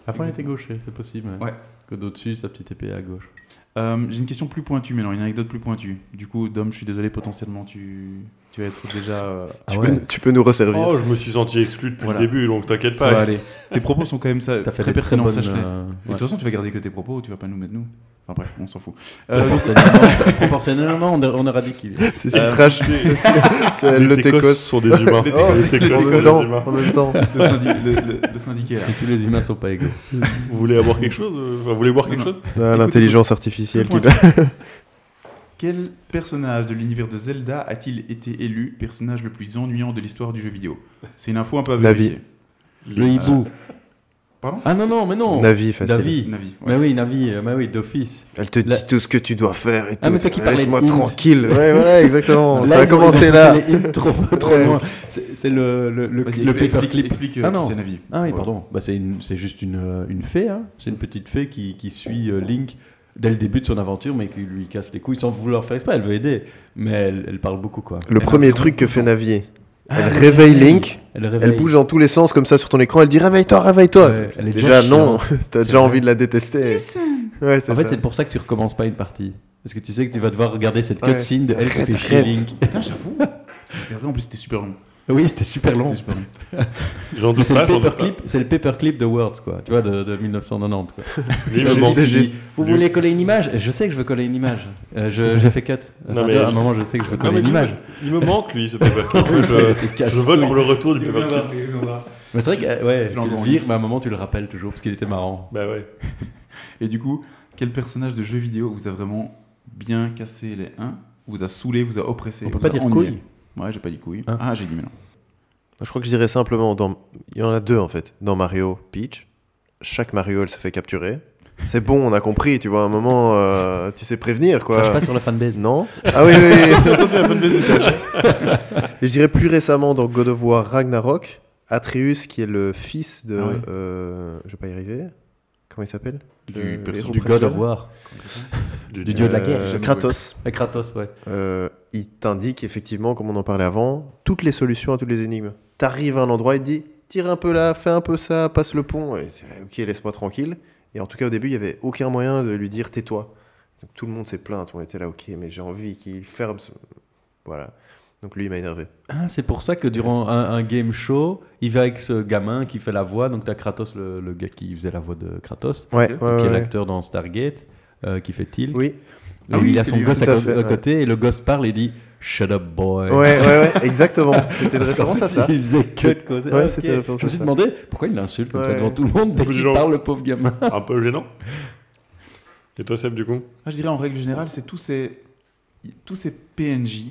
Speaker 5: Avant, il était gaucher, c'est possible.
Speaker 3: Ouais.
Speaker 5: Que d'au-dessus, sa petite épée à gauche.
Speaker 3: Euh, J'ai une question plus pointue maintenant, une anecdote plus pointue. Du coup, Dom, je suis désolé, potentiellement, tu, tu vas être déjà. euh,
Speaker 1: Tu, peux, tu peux nous resservir.
Speaker 2: Oh, je me suis senti exclu depuis
Speaker 3: Voilà.
Speaker 2: le début, donc t'inquiète
Speaker 3: Ça va
Speaker 2: pas.
Speaker 3: aller. Tes propos sont quand même ça,
Speaker 5: T'as fait
Speaker 3: très
Speaker 5: des très
Speaker 3: pertinents,
Speaker 5: bonnes...
Speaker 3: sache-le.
Speaker 5: euh,
Speaker 3: Et De
Speaker 5: ouais.
Speaker 3: toute façon, tu vas garder que tes propos, tu vas pas nous mettre nous. Enfin bref, on s'en fout. Euh, donc,
Speaker 5: Proportionnellement, proportionnellement, on, on aura dit qu'il
Speaker 1: C'est si trash. C'est si- c'est
Speaker 2: Ah, Les
Speaker 1: le
Speaker 2: Técos
Speaker 1: Técos.
Speaker 2: sont des humains.
Speaker 1: Oh,
Speaker 2: Les Técos
Speaker 1: en,
Speaker 2: sont
Speaker 1: même
Speaker 2: des
Speaker 1: temps,
Speaker 2: humains.
Speaker 1: en même temps.
Speaker 3: le, syndi- le- le- le syndiqué là.
Speaker 5: que tous les humains sont pas égaux.
Speaker 2: Vous voulez avoir quelque chose euh, enfin, Vous voulez boire
Speaker 3: Non,
Speaker 2: quelque
Speaker 3: non.
Speaker 2: chose
Speaker 1: Ah, L'intelligence artificielle qui
Speaker 3: Plus Quel personnage de l'univers de Zelda a-t il été élu personnage le plus ennuyant de l'histoire du jeu vidéo C'est une info un peu à
Speaker 1: Navi.
Speaker 3: vérifier.
Speaker 5: Le hibou.
Speaker 3: Euh, Pardon
Speaker 5: Ah non, non, mais non.
Speaker 1: Navi, facile.
Speaker 5: Davi.
Speaker 3: Navi. ouais.
Speaker 5: Mais oui, Navi, euh, mais oui, d'office.
Speaker 1: Elle te dit
Speaker 5: La-
Speaker 1: tout ce que tu dois faire et
Speaker 5: Ah,
Speaker 1: tout.
Speaker 5: mais toi qui parlais de
Speaker 1: Laisse-moi
Speaker 5: Int.
Speaker 1: tranquille. Ouais, voilà, exactement.
Speaker 5: Là,
Speaker 1: ça a
Speaker 5: ils ont- ils
Speaker 1: commencé
Speaker 5: ont
Speaker 1: là.
Speaker 5: poussé les hits trop, trop
Speaker 1: Ouais.
Speaker 5: loin. C'est c'est le, le,
Speaker 3: Vas-y,
Speaker 5: le, le
Speaker 3: explique, explique,
Speaker 5: paperclip.
Speaker 3: explique, euh,
Speaker 5: Ah non.
Speaker 3: qui c'est Navi.
Speaker 5: Ah oui,
Speaker 3: Ouais.
Speaker 5: pardon. Bah, c'est une- c'est juste une, euh, une fée. hein. C'est une petite fée qui, qui suit euh, Link dès le début de son aventure, mais qui lui casse les couilles sans vouloir faire exprès. Elle veut aider, mais elle, elle parle beaucoup. quoi.
Speaker 1: Le
Speaker 5: Elle
Speaker 1: premier
Speaker 5: interrompt
Speaker 1: truc que
Speaker 5: tout
Speaker 1: fait
Speaker 5: le temps.
Speaker 1: Navi,
Speaker 5: Ah,
Speaker 1: elle réveille Link.
Speaker 5: Elle, réveille.
Speaker 1: Elle bouge dans tous les sens comme ça sur ton écran. Elle dit réveille-toi, réveille-toi.
Speaker 5: Ouais, elle est
Speaker 1: déjà,
Speaker 5: déjà
Speaker 1: non, t'as
Speaker 5: C'est
Speaker 1: déjà
Speaker 5: vrai.
Speaker 1: envie de la détester. Ouais, c'est
Speaker 5: En fait,
Speaker 1: ça.
Speaker 5: c'est pour ça que tu recommences pas une partie. Parce que tu sais que tu vas devoir regarder cette
Speaker 1: Ouais.
Speaker 5: cutscene de elle qui
Speaker 1: Arrête,
Speaker 5: fait chier
Speaker 1: arrête.
Speaker 5: Link.
Speaker 3: Putain, j'avoue. C'est hyper vrai, en plus c'était super long.
Speaker 5: Oui, c'était super long.
Speaker 3: C'était super long.
Speaker 2: J'en
Speaker 5: Mais
Speaker 2: doute
Speaker 5: c'est
Speaker 2: pas,
Speaker 5: le
Speaker 2: j'en doute pas.
Speaker 5: paperclip, c'est le paperclip de Words, quoi. Tu vois, de, de 1990. Quoi.
Speaker 2: Lui,
Speaker 1: C'est
Speaker 2: me manque.
Speaker 1: c'est juste.
Speaker 5: Vous
Speaker 2: Lui-
Speaker 5: voulez coller une image Je sais que je veux coller une image. Euh, je, je fais cut.
Speaker 2: Non,
Speaker 5: Enfin,
Speaker 2: mais-
Speaker 5: tu vois, À un moment, je sais que je veux
Speaker 2: Non, Ah,
Speaker 5: coller
Speaker 2: mais
Speaker 5: une
Speaker 2: lui,
Speaker 5: image.
Speaker 2: Il me manque, lui, ce paperclip. Je-
Speaker 5: C'est
Speaker 2: Je,
Speaker 5: casse.
Speaker 2: vole pour le retour du
Speaker 4: Il viendra,
Speaker 2: paperclip.
Speaker 4: il viendra.
Speaker 5: Mais c'est vrai que euh, ouais,
Speaker 3: Tu
Speaker 5: tu
Speaker 3: l'as
Speaker 5: le
Speaker 3: encore
Speaker 5: vires, mais à un moment, tu le rappelles toujours parce qu'il était marrant.
Speaker 2: Bah ouais.
Speaker 3: Et du coup, quel personnage de jeu vidéo vous a vraiment bien cassé les uns Vous a saoulé, vous a oppressé
Speaker 5: On peut
Speaker 3: vous
Speaker 5: pas
Speaker 3: a
Speaker 5: dire
Speaker 3: ennuyé
Speaker 5: couille.
Speaker 3: Ouais, j'ai pas dit couille.
Speaker 5: Hein
Speaker 3: Ah, j'ai dit mais non.
Speaker 1: Je crois que je dirais simplement, dans... il y en a deux en fait. Dans Mario, Peach, chaque Mario elle se fait capturer. C'est bon, on a compris, tu vois, à un moment, euh, tu sais prévenir quoi.
Speaker 5: Crache pas sur la fanbase.
Speaker 1: Non Ah oui, oui, oui. Et je dirais plus récemment dans God of War Ragnarok, Atreus qui est le fils de.
Speaker 3: Ah ouais.
Speaker 1: euh, je vais pas y arriver. Comment il s'appelle
Speaker 3: Du
Speaker 1: Le
Speaker 3: perso-
Speaker 1: héros
Speaker 5: Du God
Speaker 1: principal
Speaker 5: of War.
Speaker 2: Du-
Speaker 5: Du dieu de la
Speaker 1: Euh,
Speaker 5: guerre.
Speaker 3: jamais
Speaker 1: Kratos.
Speaker 5: Avec Kratos, ouais.
Speaker 1: Euh, il t'indique effectivement, comme on en parlait avant, toutes les solutions à toutes les énigmes. T'arrives à un endroit, il te dit tire un peu là, fais un peu ça, passe le pont. Et c'est ok, laisse-moi tranquille. Et en tout cas, au début, il n'y avait aucun moyen de lui dire tais-toi. Donc tout le monde s'est plaint. On était là, ok, mais j'ai envie qu'il ferme. ce- Voilà. Donc lui, il m'a énervé.
Speaker 5: Ah, c'est pour ça que durant un, un game show, il va avec ce gamin qui fait la voix. Donc, t'as Kratos, le, le gars qui faisait la voix de Kratos,
Speaker 1: Ouais,
Speaker 3: Ok.
Speaker 1: ouais,
Speaker 5: qui est
Speaker 1: Euh, ouais.
Speaker 5: l'acteur dans Stargate, euh, qui fait Tilt.
Speaker 1: Oui,
Speaker 5: Et
Speaker 3: Ah oui,
Speaker 5: il a
Speaker 3: c'est
Speaker 5: son
Speaker 3: lui,
Speaker 5: gosse
Speaker 1: tout
Speaker 5: à,
Speaker 1: à
Speaker 5: co-
Speaker 1: fait,
Speaker 5: à
Speaker 1: ouais.
Speaker 5: côté et le gosse parle et dit Shut up, boy.
Speaker 1: ouais, ouais, ouais, exactement. C'était une
Speaker 5: Parce qu'en
Speaker 1: référence à
Speaker 5: fait,
Speaker 1: ça.
Speaker 5: Il faisait que de causer.
Speaker 1: Ouais,
Speaker 5: Ah,
Speaker 1: c'était
Speaker 5: ok.
Speaker 1: une référence
Speaker 5: Je me suis
Speaker 1: à ça.
Speaker 5: demandé pourquoi il l'insulte comme ça
Speaker 1: Ouais.
Speaker 5: devant tout le monde dès
Speaker 2: Vous
Speaker 5: qu'il
Speaker 2: genre-
Speaker 5: parle, le pauvre gamin.
Speaker 2: Un peu gênant. Et toi, Seb, du coup
Speaker 3: Ah, je dirais en règle générale, c'est tous ces, tous ces PNJ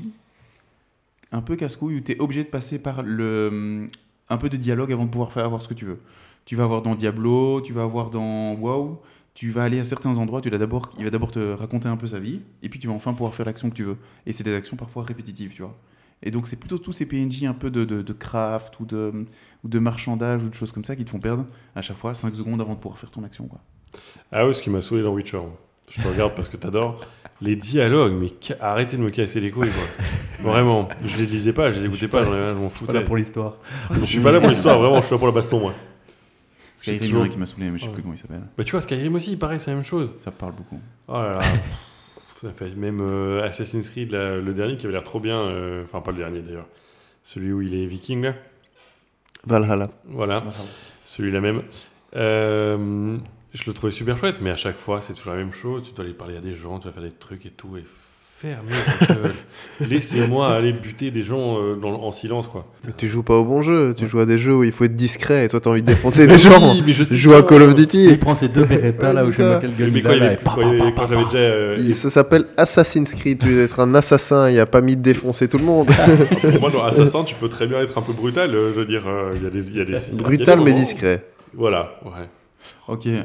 Speaker 3: un peu casse-couille où tu es obligé de passer par le, un peu de dialogue avant de pouvoir faire, avoir ce que tu veux. Tu vas avoir dans Diablo, tu vas avoir dans WoW, tu vas aller à certains endroits, tu vas d'abord, il va d'abord te raconter un peu sa vie, et puis tu vas enfin pouvoir faire l'action que tu veux. Et c'est des actions parfois répétitives, tu vois. Et donc c'est plutôt tous ces PNJ un peu de, de- de craft ou de, ou de marchandage ou de choses comme ça qui te font perdre à chaque fois 5 secondes avant de pouvoir faire ton action. Quoi.
Speaker 2: Ah ouais, ce qui m'a saoulé dans Witcher. Je te regarde parce que t'adores. Les dialogues, mais ca- arrêtez de me casser les couilles, quoi. Vraiment, je les lisais pas, je les écoutais pas, j'en ai- je m'en foutais.
Speaker 5: l'histoire.
Speaker 2: Je suis pas là pour l'histoire, vraiment, je suis là pour la baston, moi.
Speaker 3: Skyrim, il y en a un qui m'a saoulé, mais je sais plus comment il s'appelle.
Speaker 2: Bah tu vois, Skyrim aussi, pareil, c'est la même chose.
Speaker 3: Ça parle beaucoup.
Speaker 2: Oh là là. Ça fait Même euh, Assassin's Creed, là, le dernier qui avait l'air trop bien, euh, enfin pas le dernier d'ailleurs, celui où il est viking là,
Speaker 1: Valhalla.
Speaker 2: voilà, celui-là même. Euh, je le trouvais super chouette, mais à chaque fois c'est toujours la même chose, tu dois aller parler à des gens, tu vas faire des trucs et tout, et fermez votre gueule. Laissez-moi aller buter des gens euh, dans- en silence quoi.
Speaker 1: Mais tu joues pas au bon jeu. Tu joues à des jeux où il faut être discret et toi, t'as envie de défoncer des gens.
Speaker 2: Oui, mais je sais
Speaker 1: Joue à
Speaker 2: pas.
Speaker 1: Call of
Speaker 5: Il
Speaker 1: Duty.
Speaker 5: prend ses deux Beretta
Speaker 1: Ouais,
Speaker 5: là où
Speaker 1: c'est
Speaker 5: je sais
Speaker 1: ça.
Speaker 5: pas quelle gueule
Speaker 2: Mais
Speaker 5: il
Speaker 2: quand,
Speaker 5: a,
Speaker 2: il
Speaker 5: là,
Speaker 2: est
Speaker 5: et
Speaker 2: plus-
Speaker 5: pa,
Speaker 2: quand il
Speaker 5: pa,
Speaker 2: est-
Speaker 5: pa,
Speaker 2: quand j'avais
Speaker 5: pa.
Speaker 2: déjà... euh,
Speaker 1: Il- Ça s'appelle Assassin's Creed. Tu dois être un assassin. Il y a pas mis de défoncer tout le monde.
Speaker 2: Pour moi, dans Assassin, tu peux très bien être un peu brutal. euh, je veux dire, euh, il y a des. il Y a des il y a
Speaker 1: Brutal
Speaker 2: des
Speaker 1: mais
Speaker 2: moments-
Speaker 1: discret.
Speaker 2: Voilà, ouais.
Speaker 3: Ok, euh,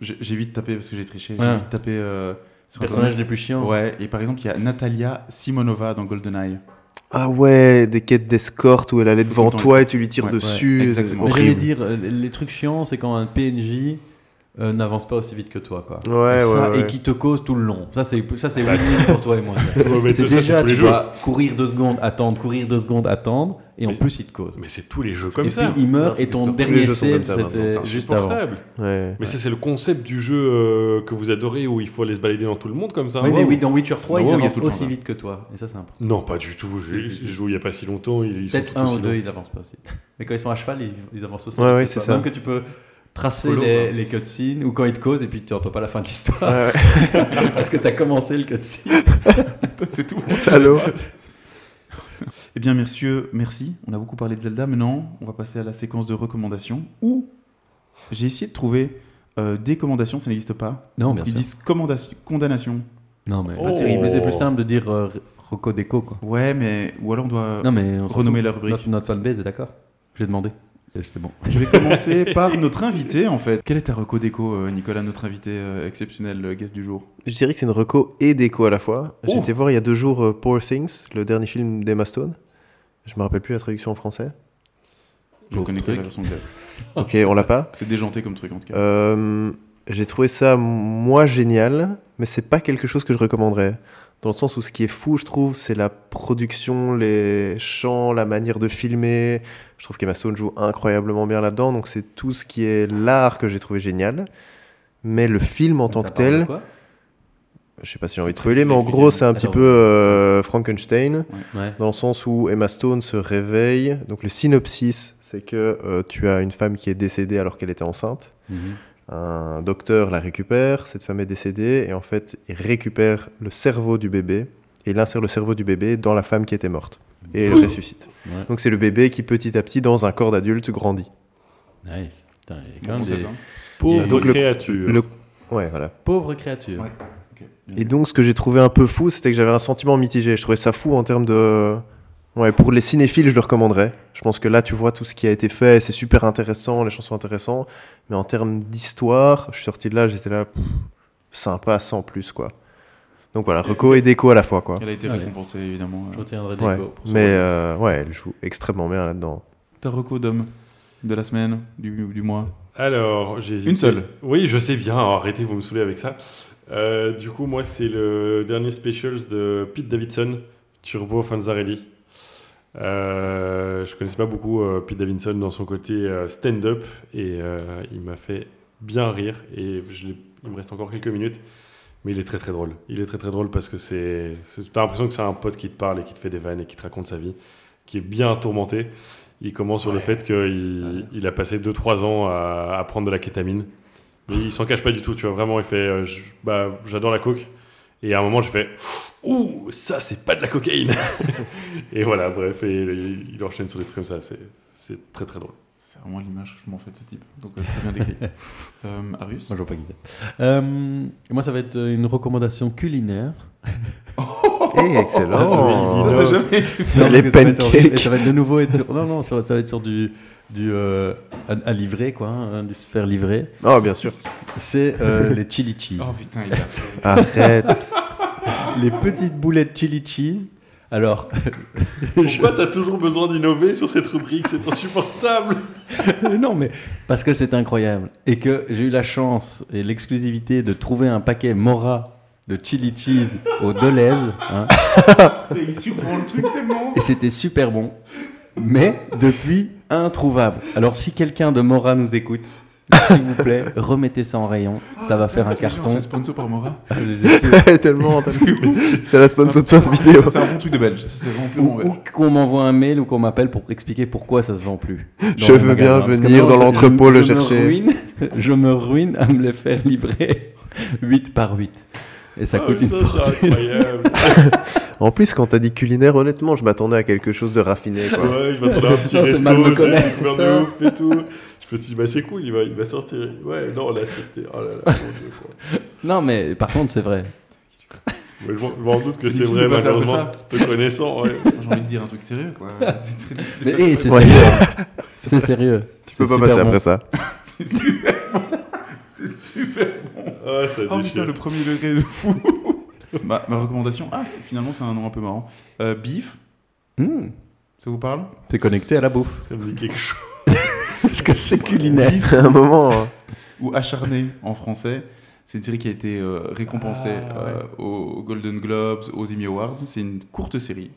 Speaker 3: j'ai j'ai vite tapé parce que j'ai triché. J'ai
Speaker 5: Ouais.
Speaker 3: vite tapé euh, sur
Speaker 5: Personnage
Speaker 3: Internet.
Speaker 5: les plus chiants.
Speaker 3: Ouais, et par exemple, il y a Natalia Simonova dans GoldenEye.
Speaker 1: Ah ouais, des quêtes d'escorte où elle allait
Speaker 3: Faut
Speaker 1: devant
Speaker 3: tout le temps
Speaker 1: toi et tu lui tires
Speaker 3: Ouais,
Speaker 1: dessus.
Speaker 3: ouais,
Speaker 1: c'est
Speaker 3: exactement.
Speaker 5: Mais J'allais
Speaker 1: horrible.
Speaker 5: dire, euh, les trucs chiants, c'est quand un PNJ euh, n'avance pas aussi vite que toi, quoi.
Speaker 1: Ouais,
Speaker 5: Ça,
Speaker 1: ouais, ouais.
Speaker 5: Et qui te cause tout le long. Ça, c'est ça, c'est win-win pour toi et moi.
Speaker 2: Ouais, mais
Speaker 5: C'est
Speaker 2: ça, c'est
Speaker 5: déjà,
Speaker 2: tous les
Speaker 5: tu
Speaker 2: jeux.
Speaker 5: dois courir deux secondes, attendre, courir deux secondes, attendre, et en
Speaker 2: Mais-
Speaker 5: plus, il te cause.
Speaker 2: Mais c'est tous les jeux comme
Speaker 5: et
Speaker 2: ça.
Speaker 5: puis, il meurt,
Speaker 1: Non,
Speaker 5: et ton
Speaker 1: tous les
Speaker 5: dernier
Speaker 1: jeux sont
Speaker 5: save,
Speaker 1: comme ça, Vincent.
Speaker 5: c'était
Speaker 2: C'est
Speaker 5: juste avant.
Speaker 2: insupportable.
Speaker 1: Ouais.
Speaker 2: Mais ça, c'est le concept du jeu euh, que vous adorez où il faut aller se balader dans tout le monde comme ça.
Speaker 5: Oui, mais
Speaker 2: Wow.
Speaker 5: oui, dans Witcher 3,
Speaker 3: Dans
Speaker 5: ils
Speaker 3: WoW, il y a
Speaker 5: avancent
Speaker 3: tout le temps
Speaker 5: aussi
Speaker 3: ça.
Speaker 5: vite que toi. Et ça, c'est important.
Speaker 2: Non, pas du tout. Je,
Speaker 5: Si, si, si.
Speaker 2: je joue il y a pas si longtemps. Ils, ils sont
Speaker 5: Peut-être
Speaker 2: tout
Speaker 5: un
Speaker 2: aussi
Speaker 5: ou deux,
Speaker 2: longs.
Speaker 5: ils avancent pas aussi. Mais quand ils sont à cheval, ils, ils avancent aussi.
Speaker 1: Ouais,
Speaker 5: vite
Speaker 1: ouais,
Speaker 5: que
Speaker 1: c'est
Speaker 5: toi.
Speaker 1: ça.
Speaker 5: Même que tu peux tracer
Speaker 4: Follow,
Speaker 5: les,
Speaker 4: quoi.
Speaker 5: les cutscenes, ou quand ils te causent, et puis tu n'entends pas la fin de l'histoire,
Speaker 1: Ouais,
Speaker 5: parce que tu as commencé le cutscene.
Speaker 3: C'est tout.
Speaker 1: Ah ouais. Salaud.
Speaker 3: Eh bien, messieurs, merci. On a beaucoup parlé de Zelda. Maintenant, on va passer à la séquence de recommandations où j'ai essayé de trouver euh, des commendations. Ça n'existe pas.
Speaker 5: Non, bien
Speaker 3: Ils
Speaker 5: sûr.
Speaker 3: disent commandation- condamnation.
Speaker 5: Non, mais
Speaker 2: C'est
Speaker 1: Oh.
Speaker 3: pas terrible,
Speaker 5: mais c'est plus simple de dire euh, Rocodeco, quoi.
Speaker 3: Ouais, mais. Ou alors on doit
Speaker 5: Non, mais on s'en
Speaker 3: renommer
Speaker 5: fout.
Speaker 3: la rubrique.
Speaker 5: Notre, notre fanbase est d'accord. J'ai demandé. C'est c'est bon.
Speaker 3: Je vais commencer par notre invité, en fait. Quelle est ta reco déco, euh, Nicolas, notre invité euh, exceptionnel, euh, guest du jour
Speaker 1: Je dirais que c'est une reco et déco à la fois.
Speaker 3: Oh.
Speaker 1: J'étais voir il y a deux jours euh, Poor Things, le dernier film d'Emma Stone. Je me rappelle plus la traduction en français.
Speaker 3: Je
Speaker 5: Pauvre
Speaker 3: connais que la
Speaker 5: truc.
Speaker 3: version anglaise. Ah.
Speaker 1: Ok, on l'a pas.
Speaker 3: C'est déjanté comme truc, en tout cas.
Speaker 1: Euh, J'ai trouvé ça, moi, génial, mais c'est pas quelque chose que je recommanderais. Dans le sens où ce qui est fou, je trouve, c'est la production, les chants, la manière de filmer. Je trouve qu'Emma Stone joue incroyablement bien là-dedans, donc c'est tout ce qui est l'art que j'ai trouvé génial. Mais le film en tant que tel, je sais pas si j'ai envie de
Speaker 3: très
Speaker 1: spoiler, mais en
Speaker 3: difficile à
Speaker 1: gros,
Speaker 3: expliquer, hein.
Speaker 1: c'est un petit
Speaker 5: Attends.
Speaker 1: peu euh, Frankenstein.
Speaker 5: Ouais.
Speaker 1: dans le sens où Emma Stone se réveille. Donc le synopsis, c'est que euh, tu as une femme qui est décédée alors qu'elle était enceinte.
Speaker 5: Mhm.
Speaker 1: Un docteur la récupère, cette femme est décédée, et en fait, il récupère le cerveau du bébé, et il insère le cerveau du bébé dans la femme qui était morte, et elle ressuscite.
Speaker 5: Ouais.
Speaker 1: Donc c'est le bébé qui petit à petit, dans un corps d'adulte, grandit.
Speaker 5: Nice. Putain, il y a
Speaker 3: Bon
Speaker 5: quand même
Speaker 3: concept,
Speaker 5: Euh, des
Speaker 3: hein.
Speaker 2: Pauvre
Speaker 1: Donc, le-
Speaker 2: créature.
Speaker 1: Le... Ouais, voilà.
Speaker 5: pauvres créatures.
Speaker 3: Ouais. Ok.
Speaker 1: Et donc, ce que j'ai trouvé un peu fou, c'était que j'avais un sentiment mitigé. Je trouvais ça fou en termes de. Ouais, pour les cinéphiles, je le recommanderais. Je pense que là, tu vois tout ce qui a été fait, c'est super intéressant, les chansons intéressantes. Mais en termes d'histoire, je suis sorti de là, j'étais là, pff, sympa, sans plus, quoi. Donc voilà, reco et déco à la fois, quoi.
Speaker 3: Elle a été
Speaker 5: Allez.
Speaker 3: récompensée, évidemment. euh.
Speaker 5: Je retiendrai des
Speaker 1: Ouais.
Speaker 5: go pour ce
Speaker 1: Mais
Speaker 5: moment.
Speaker 1: euh, ouais, elle joue extrêmement bien là-dedans.
Speaker 3: Ta reco d'homme de la semaine, du, du mois
Speaker 2: Alors, j'ai hésité.
Speaker 3: Une seule.
Speaker 2: Oui, je sais bien. Arrêtez, vous me saoulez avec ça. Euh, du coup, moi, c'est le dernier specials de Pete Davidson, Turbo Fanzarelli. Euh, je connaissais pas beaucoup euh, Pete Davidson dans son côté euh, stand-up et euh, il m'a fait bien rire et je l'ai- il me reste encore quelques minutes, mais il est très très drôle. Il est très très drôle parce que c'est, c'est- t'as l'impression que c'est un pote qui te parle et qui te fait des vannes et qui te raconte sa vie, qui est bien tourmenté. Il commence sur le fait qu'il il a passé 2-3 ans à, à prendre de la kétamine. Mais il s'en cache pas du tout, tu vois, vraiment, il fait euh, je- bah, J'adore la coke. Et à un moment, je fais Ouh, ça, c'est pas de la cocaïne Et voilà, bref, et il, il enchaîne sur des trucs comme ça, c'est, c'est très très drôle.
Speaker 3: C'est vraiment l'image que je m'en fais de ce type. Donc, euh, très bien décrit. euh, Arius
Speaker 5: Moi, je vois pas qui c'est. Euh, moi, ça va être une recommandation culinaire.
Speaker 1: Et Eh,
Speaker 3: oh,
Speaker 1: excellent
Speaker 2: Ça, c'est
Speaker 3: jamais
Speaker 5: Non,
Speaker 1: Les
Speaker 5: parce que ça va être horrible. Et
Speaker 1: pancakes
Speaker 5: Ça va être de nouveau être sur... Non, non, ça va, ça va être sur du... du euh, à, à livrer, quoi. hein, de se faire livrer.
Speaker 1: Oh, bien sûr.
Speaker 5: C'est euh, les chili cheese.
Speaker 3: Oh putain, il a.
Speaker 1: Arrête.
Speaker 5: Les petites boulettes chili cheese. Alors,
Speaker 2: Pourquoi t'as toujours besoin d'innover sur cette rubrique C'est insupportable
Speaker 5: Euh, non, mais parce que c'est incroyable. Et que j'ai eu la chance et l'exclusivité de trouver un paquet Mora de chili cheese au Deleuze. hein.
Speaker 3: Il surprend le truc tellement.
Speaker 5: et c'était super bon. Mais depuis, introuvable. Alors, si quelqu'un de Mora nous écoute, s'il vous plaît, remettez ça en rayon. Ça va faire un carton.
Speaker 3: C'est sponsor par Mora.
Speaker 5: Je les ai su-
Speaker 1: Tellement. C'est la sponsor de cette vidéo.
Speaker 3: Ça, C'est un bon truc de belge. Ça, C'est vraiment plus
Speaker 5: Ou,
Speaker 3: bon.
Speaker 5: ou qu'on m'envoie un mail ou qu'on m'appelle pour expliquer pourquoi ça se vend plus. dans
Speaker 1: Je
Speaker 5: les
Speaker 1: veux bien
Speaker 5: magasins. Parce que
Speaker 1: venir
Speaker 5: maintenant,
Speaker 1: dans
Speaker 5: je-
Speaker 1: l'entrepôt
Speaker 5: je
Speaker 1: le
Speaker 5: me
Speaker 1: chercher.
Speaker 5: ruine- je me ruine à me les faire livrer 8 par 8. Et ça coûte une
Speaker 2: Ah C'est
Speaker 5: fortune.
Speaker 2: incroyable
Speaker 1: En plus, quand t'as dit culinaire, honnêtement, je m'attendais à quelque chose de raffiné, quoi.
Speaker 2: Ouais, il m'attendait à un petit
Speaker 5: Non, c'est
Speaker 2: resto,
Speaker 5: mal me
Speaker 2: j'ai
Speaker 5: connaître,
Speaker 2: découvert
Speaker 5: c'est
Speaker 2: de
Speaker 5: ça.
Speaker 2: ouf et tout. Je me suis dit, bah c'est cool, il va, il va sortir. Ouais, non, là c'était. Oh là là, mon Dieu, quoi.
Speaker 5: Non, mais par contre, c'est vrai.
Speaker 2: Ouais, je m'en- je m'en doute que
Speaker 3: C'est
Speaker 2: c'est
Speaker 3: difficile
Speaker 2: vrai,
Speaker 3: de passer après
Speaker 2: malheureusement. Te connaissant, ouais.
Speaker 3: J'ai envie de dire un truc sérieux, quoi. C'est très difficile.
Speaker 5: Mais hey, c'est
Speaker 1: Ouais.
Speaker 5: sérieux. C'est sérieux.
Speaker 1: Tu peux pas passer après ça.
Speaker 3: C'est super bon. C'est super bon.
Speaker 2: Ah, ça
Speaker 3: Oh
Speaker 2: déchire.
Speaker 3: putain, le premier degré de fou. ma, ma recommandation, ah, c'est- finalement, c'est un nom un peu marrant. Euh, beef,
Speaker 5: Hmm,
Speaker 3: ça vous parle
Speaker 5: T'es connecté à la bouffe.
Speaker 2: Ça me dit quelque chose.
Speaker 5: Parce que c'est culinaire.
Speaker 1: À un moment,
Speaker 3: ou Acharné en français. C'est une série qui a été euh, récompensée
Speaker 2: Ah, ouais.
Speaker 3: euh, aux Golden Globes, aux Emmy Awards. C'est une courte série.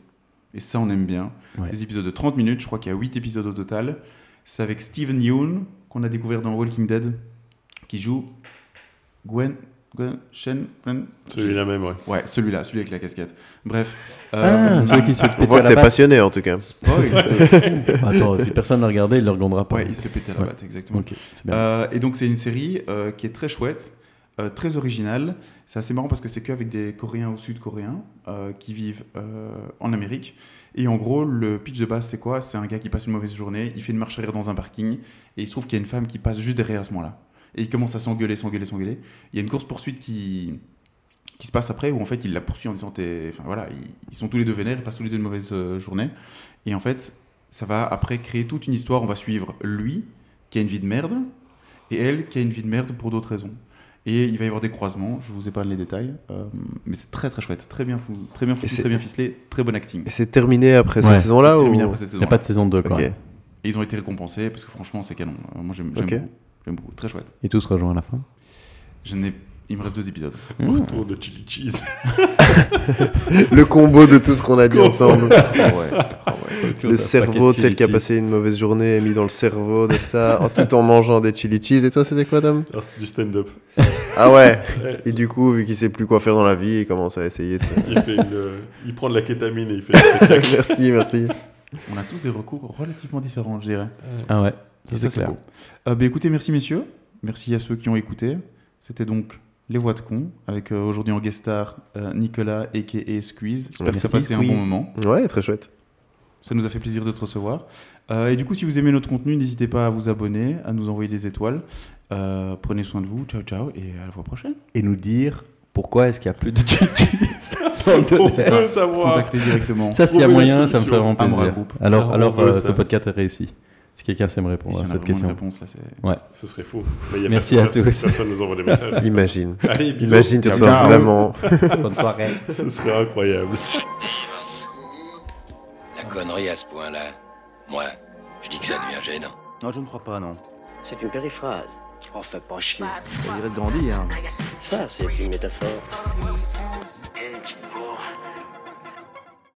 Speaker 3: Et ça, on aime bien.
Speaker 5: Ouais.
Speaker 3: Des épisodes de 30 minutes, je crois qu'il y a 8 épisodes au total. C'est avec Steven Yeun, qu'on a découvert dans Walking Dead, qui joue Gwen. Gwen. Shen. Gwen-
Speaker 2: Celui-là même, ouais.
Speaker 3: Ouais, celui-là, celui avec la casquette. Bref.
Speaker 5: Ah,
Speaker 3: euh, Ah,
Speaker 5: celui qui se fait péter
Speaker 1: On voit
Speaker 5: à
Speaker 1: que
Speaker 5: la
Speaker 1: t'es
Speaker 5: patte.
Speaker 1: passionné en tout cas.
Speaker 3: spoil de fou.
Speaker 5: Attends, si personne ne l'a regardé, il ne le regardera pas.
Speaker 3: Ouais, il se fait péter à la
Speaker 5: Ouais.
Speaker 3: batte, exactement.
Speaker 5: Ok, c'est bien.
Speaker 3: Euh, et donc c'est une série euh, qui est très chouette, euh, très originale. C'est assez marrant parce que c'est qu'avec des Coréens ou Sud-Coréens euh, qui vivent euh, en Amérique. Et en gros, le pitch de base, c'est quoi C'est un gars qui passe une mauvaise journée, il fait une marche arrière dans un parking, et il se trouve qu'il y a une femme qui passe juste derrière à ce moment-là. Et il commence à s'engueuler, s'engueuler, s'engueuler. Il y a une course-poursuite qui, qui se passe après, où en fait il la poursuit en disant t'es- Enfin voilà, ils, ils sont tous les deux vénères, ils passent tous les deux une mauvaise euh, journée. Et en fait, ça va après créer toute une histoire. On va suivre lui, qui a une vie de merde, et elle qui a une vie de merde pour d'autres raisons. Et il va y avoir des croisements, je vous épargne les détails, euh, mais c'est très très chouette, très bien fou, très bien
Speaker 1: Et
Speaker 3: foutu,
Speaker 1: c'est-
Speaker 3: très bien ficelé, très bon acting.
Speaker 1: Et c'est terminé après
Speaker 5: Ouais.
Speaker 1: cette saison-là
Speaker 3: C'est
Speaker 1: ou...
Speaker 3: terminé après cette
Speaker 5: Il n'y a
Speaker 3: saison.
Speaker 5: pas de saison 2, quoi.
Speaker 1: Ok.
Speaker 3: Et ils ont été récompensés parce que franchement c'est canon. Euh, Moi j'aime j'aime
Speaker 1: Ok.
Speaker 3: beaucoup, j'aime beaucoup, très chouette.
Speaker 5: Et tout se rejoint à la fin.
Speaker 3: Je n'ai, il me reste deux épisodes.
Speaker 5: Mmh.
Speaker 2: Retour de Chili Cheese.
Speaker 1: Le combo de tout ce qu'on a dit ensemble.
Speaker 3: Ah ouais, ah ouais.
Speaker 1: Le cerveau, tu sais, le qui a passé une mauvaise journée, est mis dans le cerveau de ça, en- tout en mangeant des chili cheese. Et toi, c'était quoi, Tom
Speaker 2: Ah, c'est du stand-up.
Speaker 1: Ah ouais
Speaker 2: Ouais.
Speaker 1: Et du coup, vu qu'il sait plus quoi faire dans la vie, il commence à essayer de...
Speaker 2: Il, fait une, euh, il prend de la kétamine et il fait. des spectacles.
Speaker 1: merci, merci.
Speaker 3: On a tous des recours relativement différents, je dirais.
Speaker 5: Ah ouais,
Speaker 3: Et
Speaker 5: ça c'est clair.
Speaker 3: beau. Euh, bah, écoutez, merci messieurs, merci à ceux qui ont écouté. C'était donc les voix de con avec euh, aujourd'hui en guest star euh, Nicolas et Squeeze. J'espère que
Speaker 1: Merci,
Speaker 3: ça a passé un bon
Speaker 5: Bah, Squeeze.
Speaker 3: moment.
Speaker 1: Ouais, très chouette.
Speaker 3: Ça nous a fait plaisir de te recevoir. Euh, et du coup, si vous aimez notre contenu, n'hésitez pas à vous abonner, à nous envoyer des étoiles. Euh, prenez soin de vous. Ciao, ciao. Et à la fois prochaine.
Speaker 5: Et nous dire pourquoi est-ce qu'il n'y a plus de cheese dans le
Speaker 2: On
Speaker 5: dessert.
Speaker 2: veut savoir.
Speaker 3: Contactez directement.
Speaker 5: Ça, s'il y a
Speaker 2: Trouver la
Speaker 5: moyen, ça me
Speaker 2: solution.
Speaker 5: ferait vraiment
Speaker 3: Ah, moi,
Speaker 5: plaisir.
Speaker 3: groupe.
Speaker 5: Alors,
Speaker 2: Ah,
Speaker 5: alors
Speaker 2: on veut
Speaker 5: euh,
Speaker 2: ça.
Speaker 5: ce podcast est réussi. Si quelqu'un sait me répondre à cette question.
Speaker 3: réponse, là, c'est...
Speaker 2: Ce serait fou. Mais il y a
Speaker 5: Merci
Speaker 2: personne-
Speaker 5: à tous.
Speaker 2: Personne nous envoie des messages.
Speaker 1: Imagine.
Speaker 2: Allez, bisous.
Speaker 1: Imagine, tu
Speaker 3: Ciao,
Speaker 1: reçois
Speaker 3: ciao.
Speaker 1: vraiment...
Speaker 5: Bonne soirée.
Speaker 2: Ce serait incroyable.
Speaker 6: La connerie à ce point-là, moi, je dis que ça devient gênant.
Speaker 7: Non, je ne crois pas, non.
Speaker 8: C'est une périphrase. Oh, fais pas chier.
Speaker 7: Ça dirait de grandir. hein.
Speaker 8: Ça, c'est une métaphore.